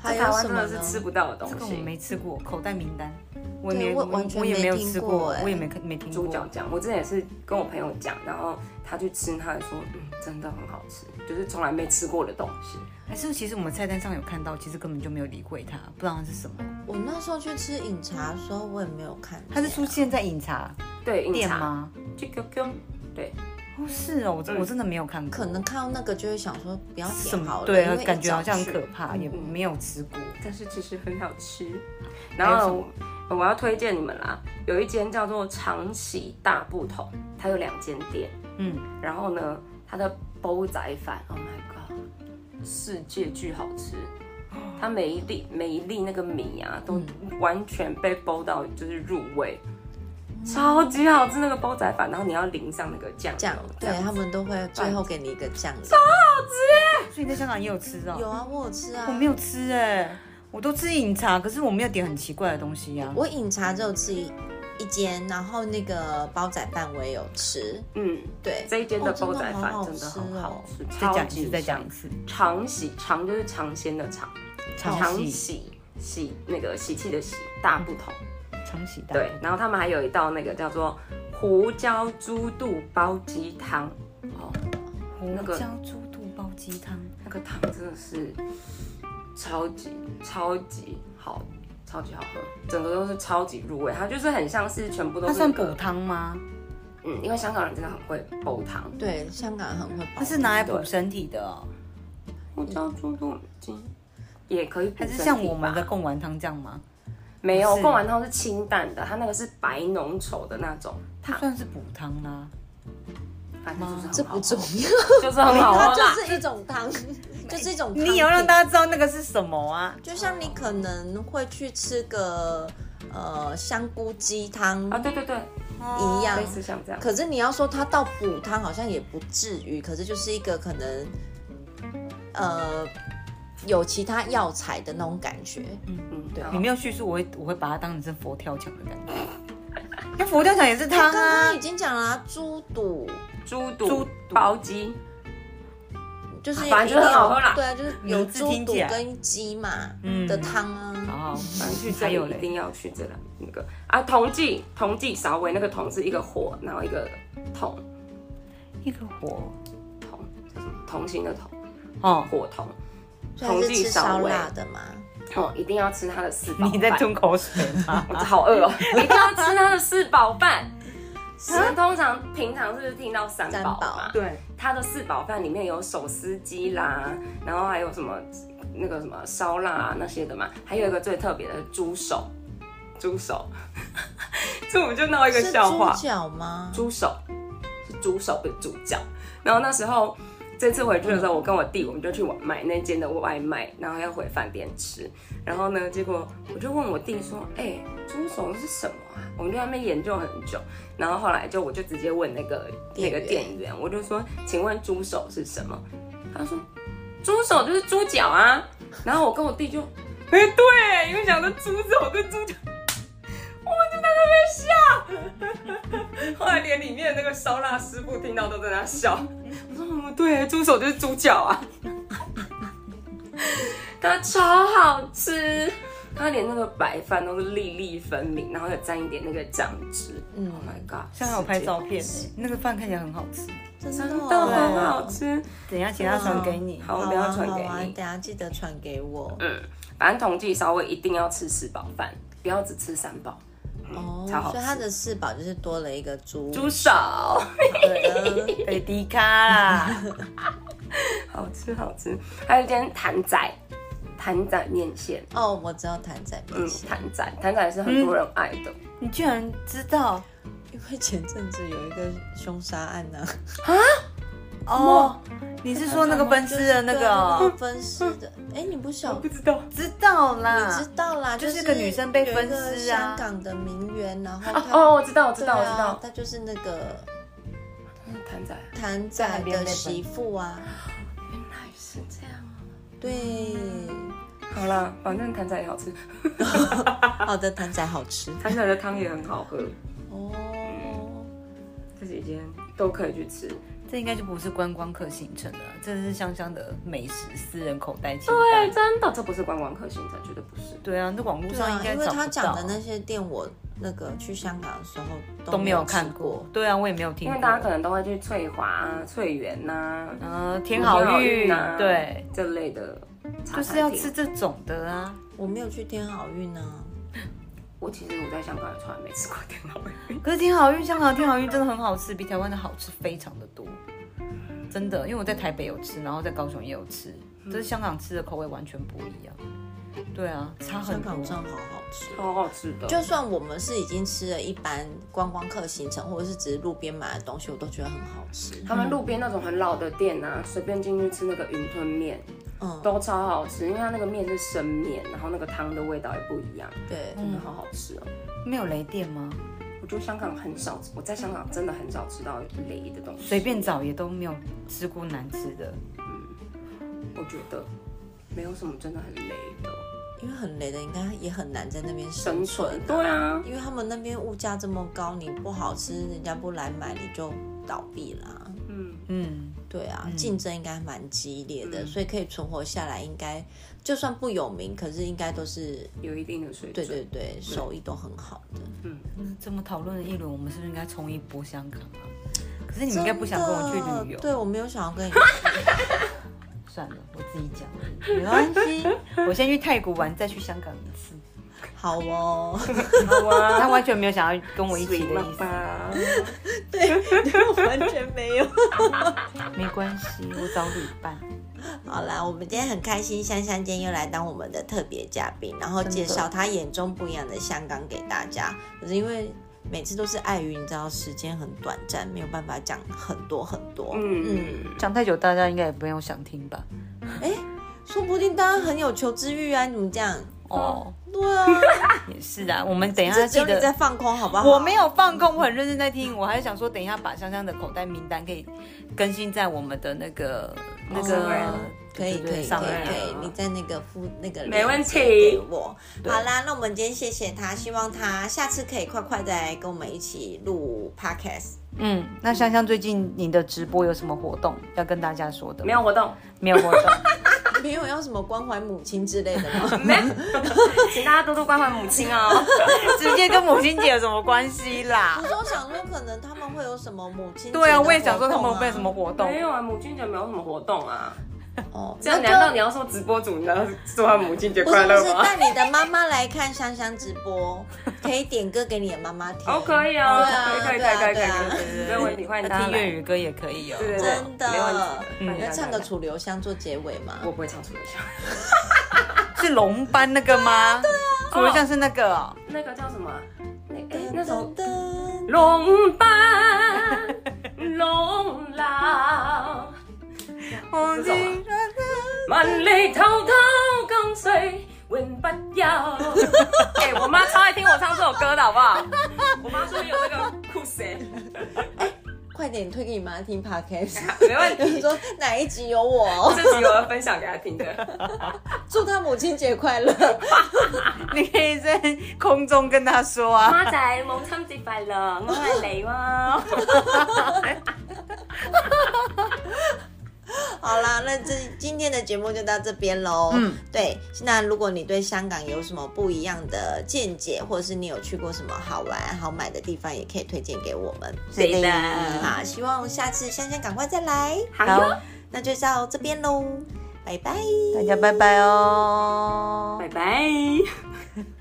[SPEAKER 2] 还
[SPEAKER 3] 台
[SPEAKER 2] 有
[SPEAKER 3] 湾
[SPEAKER 2] 什
[SPEAKER 3] 真
[SPEAKER 2] 么
[SPEAKER 3] 的是吃
[SPEAKER 2] 呢？
[SPEAKER 3] 不到的
[SPEAKER 1] 这
[SPEAKER 3] 东
[SPEAKER 1] 个我
[SPEAKER 3] 西。
[SPEAKER 1] 没吃过，口袋名单，我也
[SPEAKER 2] 对
[SPEAKER 1] 没
[SPEAKER 2] 我完全
[SPEAKER 1] 我也没有
[SPEAKER 2] 没听
[SPEAKER 1] 吃
[SPEAKER 2] 过
[SPEAKER 1] 过
[SPEAKER 2] 哎，
[SPEAKER 1] 我也没看没听
[SPEAKER 3] 猪脚
[SPEAKER 1] 过。
[SPEAKER 3] 酱，我之前也是跟我朋友讲，然后他去吃，他还说，嗯，真的很好吃，就是从来没吃过的东西。
[SPEAKER 1] 还是其实我们菜单上有看到，其实根本就没有理会它，不知道它是什么。
[SPEAKER 2] 我那时候去吃饮茶的时候，我也没有看见。啊
[SPEAKER 1] 它是出现在饮茶
[SPEAKER 3] 对，饮
[SPEAKER 1] 店
[SPEAKER 3] 茶，
[SPEAKER 1] 吗？
[SPEAKER 3] 就 QQ，对，
[SPEAKER 1] 哦，是哦，我真
[SPEAKER 3] 嗯
[SPEAKER 1] 我真的没有看过。
[SPEAKER 2] 可能看到那个就会想说不要
[SPEAKER 1] 什
[SPEAKER 2] 点
[SPEAKER 1] 么
[SPEAKER 2] 好了，
[SPEAKER 1] 对
[SPEAKER 2] 因
[SPEAKER 1] 啊
[SPEAKER 2] 为，
[SPEAKER 1] 感
[SPEAKER 2] 一
[SPEAKER 1] 觉
[SPEAKER 2] 早
[SPEAKER 1] 好像
[SPEAKER 2] 去
[SPEAKER 1] 可怕，也
[SPEAKER 3] 嗯
[SPEAKER 1] 没有吃过。
[SPEAKER 3] 但是其实很好吃。
[SPEAKER 1] 还
[SPEAKER 3] 然
[SPEAKER 1] 有什
[SPEAKER 3] 后
[SPEAKER 1] 么
[SPEAKER 3] 我我要推荐你们啦，有一间叫做长喜大不同，它有两间店，
[SPEAKER 1] 嗯，
[SPEAKER 3] 然后呢，它的煲仔饭，Oh my god，世界巨好吃。它每一粒每一粒那个米啊，都完全被煲到就是入味，超级好吃那个煲仔饭。然后你要淋上那个酱油
[SPEAKER 2] 酱，
[SPEAKER 3] 这
[SPEAKER 2] 对
[SPEAKER 3] 样
[SPEAKER 2] 他们都会最后给你一个酱油。
[SPEAKER 1] 所以你在香港也有吃哦？
[SPEAKER 2] 有啊，我有吃啊，
[SPEAKER 1] 我没有吃哎、我都吃饮茶，可是我没有点很奇怪的东西呀、
[SPEAKER 2] 我饮茶只有吃一一间，然后那个煲仔饭我也有吃，
[SPEAKER 3] 嗯，
[SPEAKER 2] 对，
[SPEAKER 3] 这一间的
[SPEAKER 2] 哦真
[SPEAKER 3] 煲仔饭
[SPEAKER 2] 好
[SPEAKER 3] 真的
[SPEAKER 2] 吃
[SPEAKER 3] 很好
[SPEAKER 2] 哦。
[SPEAKER 3] 吃，
[SPEAKER 1] 再
[SPEAKER 3] 超
[SPEAKER 1] 讲一
[SPEAKER 3] 级
[SPEAKER 1] 次，再讲
[SPEAKER 3] 香
[SPEAKER 1] 一次。
[SPEAKER 3] 常喜常就是尝鲜的常，
[SPEAKER 1] 常
[SPEAKER 3] 常
[SPEAKER 1] 喜
[SPEAKER 3] 喜喜哦那个喜气的喜，
[SPEAKER 1] 嗯
[SPEAKER 3] 大不同。
[SPEAKER 1] 常喜蛋，
[SPEAKER 3] 对，然后他们还有一道那个叫做胡椒猪肚煲鸡汤，哦，那
[SPEAKER 1] 胡
[SPEAKER 3] 个
[SPEAKER 1] 椒猪肚煲鸡汤，
[SPEAKER 3] 那个汤真的是超级超级好，超级好喝，整个都是超级入味，它就是很像是全部都
[SPEAKER 1] 它
[SPEAKER 3] 是、
[SPEAKER 1] 算
[SPEAKER 3] 那
[SPEAKER 1] 补
[SPEAKER 3] 个，
[SPEAKER 1] 汤吗？
[SPEAKER 3] 嗯，因为香港人真的很会煲汤，
[SPEAKER 2] 对，香港很会煲。
[SPEAKER 1] 它是拿来补身体的哦。
[SPEAKER 3] 胡椒猪肚鸡也可以补
[SPEAKER 1] 还是
[SPEAKER 3] 身
[SPEAKER 1] 像
[SPEAKER 3] 体
[SPEAKER 1] 我们
[SPEAKER 3] 吧
[SPEAKER 1] 的贡丸汤这样吗？
[SPEAKER 3] 没有
[SPEAKER 1] 是
[SPEAKER 3] 贡丸汤是清淡的，它那个是白浓稠的那种
[SPEAKER 1] 它
[SPEAKER 3] 汤，
[SPEAKER 1] 算是补汤啦。
[SPEAKER 3] 反正就是很
[SPEAKER 2] 这
[SPEAKER 3] 好
[SPEAKER 2] 不重
[SPEAKER 3] 喝
[SPEAKER 2] 要，
[SPEAKER 3] 就 是很好
[SPEAKER 2] 它
[SPEAKER 3] 喝
[SPEAKER 2] 就
[SPEAKER 3] 啦。
[SPEAKER 2] 是一种 汤，就是一种汤
[SPEAKER 1] 你也要让
[SPEAKER 2] 品
[SPEAKER 1] 大家知道那个是什么啊？
[SPEAKER 2] 就像你可能会去吃个呃香菇鸡汤
[SPEAKER 3] 啊，对对对，
[SPEAKER 2] 一样
[SPEAKER 3] 类，似像这样。
[SPEAKER 2] 可是你要说它到补汤好像也不至于，可是就是一个可能呃有其他药材的那种感觉。
[SPEAKER 3] 嗯，
[SPEAKER 2] 对
[SPEAKER 3] 然后
[SPEAKER 1] 你没有叙述，我会我会把它当成是佛跳墙的感觉。那佛跳墙也是汤
[SPEAKER 2] 刚
[SPEAKER 1] 啊
[SPEAKER 2] 刚已，经讲了、啊、猪肚，
[SPEAKER 3] 猪肚、
[SPEAKER 1] 猪
[SPEAKER 3] 猪
[SPEAKER 1] 肚
[SPEAKER 3] 包鸡，
[SPEAKER 2] 就是
[SPEAKER 3] 反正就是很好喝啦
[SPEAKER 2] 对啊，就是有
[SPEAKER 1] 名字
[SPEAKER 2] 猪
[SPEAKER 1] 听
[SPEAKER 2] 肚
[SPEAKER 1] 起来
[SPEAKER 2] 跟鸡嘛
[SPEAKER 1] 嗯
[SPEAKER 2] 的汤啊。
[SPEAKER 1] 好，
[SPEAKER 3] 反正去这
[SPEAKER 1] 还有
[SPEAKER 3] 里
[SPEAKER 1] 嘞
[SPEAKER 3] 一定要去这两那个啊，同济同济稍微那个同是一个火，然后一个同
[SPEAKER 1] 一个火
[SPEAKER 3] 同叫什么同心的同
[SPEAKER 1] 哦，
[SPEAKER 3] 火同
[SPEAKER 2] 所以还是吃烧腊的嘛，
[SPEAKER 3] 哦，一定要吃它的四宝饭。
[SPEAKER 1] 你在吞口水 吗？
[SPEAKER 3] 我好饿哦，一定要吃它的四宝饭。是通常平常是不是听到三
[SPEAKER 2] 三
[SPEAKER 3] 宝
[SPEAKER 2] 宝
[SPEAKER 3] 嘛？
[SPEAKER 1] 对，
[SPEAKER 3] 它的四宝饭里面有手撕鸡啦，然后还有什么那个什么烧腊啊那些的嘛，还有一个最特别的猪手，猪手， 这我们就闹一个
[SPEAKER 2] 是
[SPEAKER 3] 笑话
[SPEAKER 2] 猪，脚吗？
[SPEAKER 3] 猪手是猪手不是猪脚。然后那时候这次回去的时候，我跟我弟我们就去买那间的外卖，然后要回饭店吃。然后呢，结果我就问我弟说：“哎、猪手是什么啊？”我们就在那边研究很久。然后后来就我就直接问那个那
[SPEAKER 2] 店
[SPEAKER 3] 个
[SPEAKER 2] 员
[SPEAKER 3] 店员，我就说：“请问猪手是什么？”他说：“猪手就是猪脚啊。”然后我跟我弟就，哎、对，因为想说猪手跟猪脚，我们就在那边笑。 后来连里面那个烧腊师傅听到都在那笑。我说，嗯，对，猪手就是猪脚啊， 它超好吃。它连那个白饭都是粒粒分明，然后有沾一点那个酱汁。
[SPEAKER 2] 嗯
[SPEAKER 3] Oh my god！
[SPEAKER 1] 现在有拍照片，那个饭看起来很好吃。嗯
[SPEAKER 2] 真
[SPEAKER 3] 真
[SPEAKER 2] 的
[SPEAKER 3] 的
[SPEAKER 2] 哦
[SPEAKER 3] 很好吃。
[SPEAKER 1] 等一下，请他传给你。
[SPEAKER 3] 好，我
[SPEAKER 2] 好
[SPEAKER 3] 不要
[SPEAKER 2] 啊
[SPEAKER 3] 传
[SPEAKER 2] 好
[SPEAKER 3] 给
[SPEAKER 2] 啊，
[SPEAKER 3] 你
[SPEAKER 2] 等。下记得传给我。
[SPEAKER 1] 啊
[SPEAKER 3] 嗯，反正统计稍微一定要吃四饱饭，不要只吃三饱。
[SPEAKER 2] 哦，
[SPEAKER 3] 超好吃
[SPEAKER 2] 所以它的四宝就是多了一个猪。
[SPEAKER 3] 猪手，
[SPEAKER 2] 对啊
[SPEAKER 1] 对，迪卡啦，
[SPEAKER 3] 好吃好吃。还有一间谭仔，谭仔面线，
[SPEAKER 2] 哦，我知道谭仔面
[SPEAKER 3] 嗯，
[SPEAKER 2] 线，
[SPEAKER 3] 谭仔，谭仔也是很多人爱的。
[SPEAKER 1] 你居然知道
[SPEAKER 2] 因为前阵子有一个凶杀案呢、啊，
[SPEAKER 1] 哦？你是说那个分尸的那
[SPEAKER 2] 对
[SPEAKER 1] 个
[SPEAKER 2] 啊那
[SPEAKER 1] 哦？
[SPEAKER 2] 个分尸的，哎，你不晓
[SPEAKER 3] 哦不知道，
[SPEAKER 1] 知道啦，
[SPEAKER 2] 知道啦，
[SPEAKER 1] 嗯就是
[SPEAKER 2] 是
[SPEAKER 1] 个女生被分尸啊
[SPEAKER 2] 有一个香港的名媛，然后
[SPEAKER 3] 哦
[SPEAKER 2] 她
[SPEAKER 3] 哦，我知道，我知
[SPEAKER 2] 对
[SPEAKER 3] 道，
[SPEAKER 2] 啊
[SPEAKER 3] 我知道，嗯
[SPEAKER 2] 她就是那个
[SPEAKER 3] 谭仔
[SPEAKER 2] 谭仔的媳妇啊，
[SPEAKER 3] 原来是这样啊。
[SPEAKER 2] 对，
[SPEAKER 3] 好啦，反正谭仔也好吃，
[SPEAKER 2] 好的，谭仔好吃
[SPEAKER 3] 谭仔的汤也很好喝，
[SPEAKER 2] 哦，
[SPEAKER 3] 这几间都可以去吃。
[SPEAKER 1] 这应该就不是观光客行程了，这是香香的美食私人口袋清
[SPEAKER 3] 对，
[SPEAKER 1] 单。
[SPEAKER 3] 真的，这不是观光客行程，绝对不是。
[SPEAKER 1] 对啊，那网络
[SPEAKER 2] 对
[SPEAKER 1] 上
[SPEAKER 2] 啊
[SPEAKER 1] 应，该
[SPEAKER 2] 因为
[SPEAKER 1] 找不到。
[SPEAKER 2] 他讲的那些店，我那个去香港的时候
[SPEAKER 1] 都没有
[SPEAKER 2] 哦吃
[SPEAKER 1] 看过，，对啊，我也没有听
[SPEAKER 3] 因
[SPEAKER 1] 过。
[SPEAKER 3] 为大家可能都会去翠华啊、翠园呐、
[SPEAKER 1] 嗯，天
[SPEAKER 3] 天
[SPEAKER 1] 好
[SPEAKER 3] 运
[SPEAKER 1] 运
[SPEAKER 3] 呐，
[SPEAKER 1] 对，
[SPEAKER 3] 这类的茶
[SPEAKER 1] 就
[SPEAKER 3] 餐厅，
[SPEAKER 1] 是要吃这种的啊。
[SPEAKER 2] 我没有去天好运啊。
[SPEAKER 3] 我其实我在香港也从来没吃过天 好运，
[SPEAKER 1] 可是天好运，香港的天好运真的很好吃，比台湾的好吃非常的多，真的。因为我在台北有吃，然后在高雄也有吃，就是香港吃的口味完全不一样。对啊，差很
[SPEAKER 2] 香
[SPEAKER 1] 多
[SPEAKER 2] 港。真的好好吃。
[SPEAKER 3] 超好吃的。
[SPEAKER 2] 就算我们是已经吃了一般观光客行程，或者是只是路边买的东西，我都觉得很好吃。
[SPEAKER 3] 他们路边那种很老的店啊，随便进去吃那个云吞面
[SPEAKER 2] 嗯，
[SPEAKER 3] 都超好吃，因为它那个面是生面，然后那个汤的味道也不一样，
[SPEAKER 2] 对，
[SPEAKER 1] 嗯
[SPEAKER 3] 真的好好吃哦。
[SPEAKER 1] 没有雷店吗？
[SPEAKER 3] 我觉得香港很少，我在香港真的很少吃到雷的东西，
[SPEAKER 1] 随便找也都没有吃过难吃的。
[SPEAKER 3] 我觉得没有什么真的很雷的
[SPEAKER 2] 因为很累的，应该也很难在那边生
[SPEAKER 3] 生存
[SPEAKER 2] 存。。
[SPEAKER 3] 对啊，
[SPEAKER 2] 因为他们那边物价这么高，你不好吃，人家不来买，你就倒闭啦。
[SPEAKER 3] 嗯，
[SPEAKER 1] 嗯，
[SPEAKER 2] 对啊，竞争应该蛮激烈的，
[SPEAKER 3] 嗯
[SPEAKER 2] 所以可以存活下来，应该就算不有名，可是应该都是
[SPEAKER 3] 有一定的水
[SPEAKER 2] 对
[SPEAKER 3] 准。
[SPEAKER 2] 对对，手艺都很好的。
[SPEAKER 1] 这么讨论了一轮，我们是不是应该冲一波香港啊？可是你们应该不想跟我去旅游
[SPEAKER 2] 真的，对我没有想要跟你
[SPEAKER 1] 算了，我自己讲，没关系。我先去泰国玩，再去香港一 次。
[SPEAKER 2] 好哦。
[SPEAKER 3] 好啊，
[SPEAKER 1] 他完全没有想要跟 我一起
[SPEAKER 3] 水
[SPEAKER 1] 的
[SPEAKER 3] 了
[SPEAKER 1] 意思，
[SPEAKER 3] 吧？
[SPEAKER 2] 对，完全没有。
[SPEAKER 1] 没关系，我找旅伴。
[SPEAKER 2] 好啦，我们今天很开心，香香今天又来当我们的特别嘉宾，然后
[SPEAKER 1] 真的
[SPEAKER 2] 介绍她眼中不一样的香港给大家。可是因为每次都是碍于你知道时间很短暂，没有办法讲很多很多。
[SPEAKER 3] 嗯，
[SPEAKER 1] 讲太久，大家应该也不用想听吧？
[SPEAKER 2] 说不定大家很有求知欲啊，你怎么这样？
[SPEAKER 1] 哦，
[SPEAKER 2] 对啊，
[SPEAKER 1] 也是啊，我们等一下
[SPEAKER 2] 这只
[SPEAKER 1] 记
[SPEAKER 2] 有你在
[SPEAKER 1] 得。
[SPEAKER 2] 放空，好不好？
[SPEAKER 1] 我没有放空，我很认真在听。我还是想说，等一下把香香的口袋名单可以更新在我们的那个那个
[SPEAKER 3] Instagram
[SPEAKER 2] 可以
[SPEAKER 1] 对
[SPEAKER 2] 可
[SPEAKER 1] 对
[SPEAKER 2] 以
[SPEAKER 1] 上
[SPEAKER 2] 可以
[SPEAKER 1] 面
[SPEAKER 2] 可
[SPEAKER 3] 来
[SPEAKER 2] 以
[SPEAKER 3] 啊，
[SPEAKER 2] 你在那个附那个
[SPEAKER 3] 没问题
[SPEAKER 2] 链接给我。好啦，那我们今天谢谢他，希望他下次可以快快再来跟我们一起录 podcast。
[SPEAKER 1] 嗯，那香香最近你的直播有什么活动要跟大家说的吗？
[SPEAKER 3] 没有活动，
[SPEAKER 1] 没有活动，
[SPEAKER 2] 没有要什么关怀母亲之类的吗？
[SPEAKER 3] 没， 请大家多多关怀母亲哦。
[SPEAKER 1] 直接跟母亲节有什么关系啦
[SPEAKER 2] 我？说想说，可能他们会有什么母亲节的
[SPEAKER 1] 对啊，我也想说
[SPEAKER 2] 活
[SPEAKER 1] 他
[SPEAKER 2] 动啊
[SPEAKER 1] 们会有什么活动？
[SPEAKER 3] 没有啊，母亲节没有什么活动啊。
[SPEAKER 2] 哦，
[SPEAKER 3] 这样
[SPEAKER 2] 那
[SPEAKER 3] 难道
[SPEAKER 2] 就
[SPEAKER 3] 你要说直播主你要祝他母亲节
[SPEAKER 2] 不是
[SPEAKER 3] 快
[SPEAKER 2] 不
[SPEAKER 3] 乐
[SPEAKER 2] 是
[SPEAKER 3] 吗？
[SPEAKER 2] 带你的妈妈来看香香直播，可以点歌给你的妈 妈听。
[SPEAKER 3] 哦，可以哦，
[SPEAKER 2] 对啊
[SPEAKER 3] 可以可以
[SPEAKER 2] 对啊
[SPEAKER 3] 可以可以
[SPEAKER 2] 对啊
[SPEAKER 3] 可以可以，没有问题，欢迎大家
[SPEAKER 1] 听
[SPEAKER 3] 来
[SPEAKER 1] 粤。语歌也可以哦。
[SPEAKER 3] 对对对
[SPEAKER 2] 真的
[SPEAKER 3] 没问题。欢
[SPEAKER 1] 嗯
[SPEAKER 3] 迎
[SPEAKER 2] 要
[SPEAKER 3] 大家
[SPEAKER 2] 唱个
[SPEAKER 3] 来
[SPEAKER 2] 《楚留香》做结尾吗？
[SPEAKER 3] 我不会唱楚留香，
[SPEAKER 1] 是龙班那个吗？对啊，除了像是那个哦，
[SPEAKER 3] 那个叫什么啊？那哎 那首
[SPEAKER 2] 噔噔
[SPEAKER 3] 龙班龙狼，
[SPEAKER 1] 忘记
[SPEAKER 3] 这万里滔滔江水永不 休。哎，我妈超爱听我唱这首歌的好不好？我妈说有那个酷谁，
[SPEAKER 2] 快点推给你妈听 podcast，
[SPEAKER 3] 没问
[SPEAKER 2] 就
[SPEAKER 3] 题
[SPEAKER 2] 是。说哪一集有我 哦、
[SPEAKER 3] 这集我要分享给她听的，
[SPEAKER 2] 祝她母亲节快乐。
[SPEAKER 1] 你可以在空中跟他说啊，
[SPEAKER 3] 妈仔母亲节快乐，我爱你哇！
[SPEAKER 2] 好啦，那这今天的节目就到这边喽。嗯，对，那如果你对香港有什么不一样的见解，或者是你有去过什么好玩好买的地方，也可以推荐给我们。
[SPEAKER 3] 对的
[SPEAKER 2] 好，希望下次香香赶快再来。
[SPEAKER 3] 好哟，
[SPEAKER 2] 那就到这边喽，拜拜。
[SPEAKER 1] 大家拜拜哦。
[SPEAKER 3] 拜拜。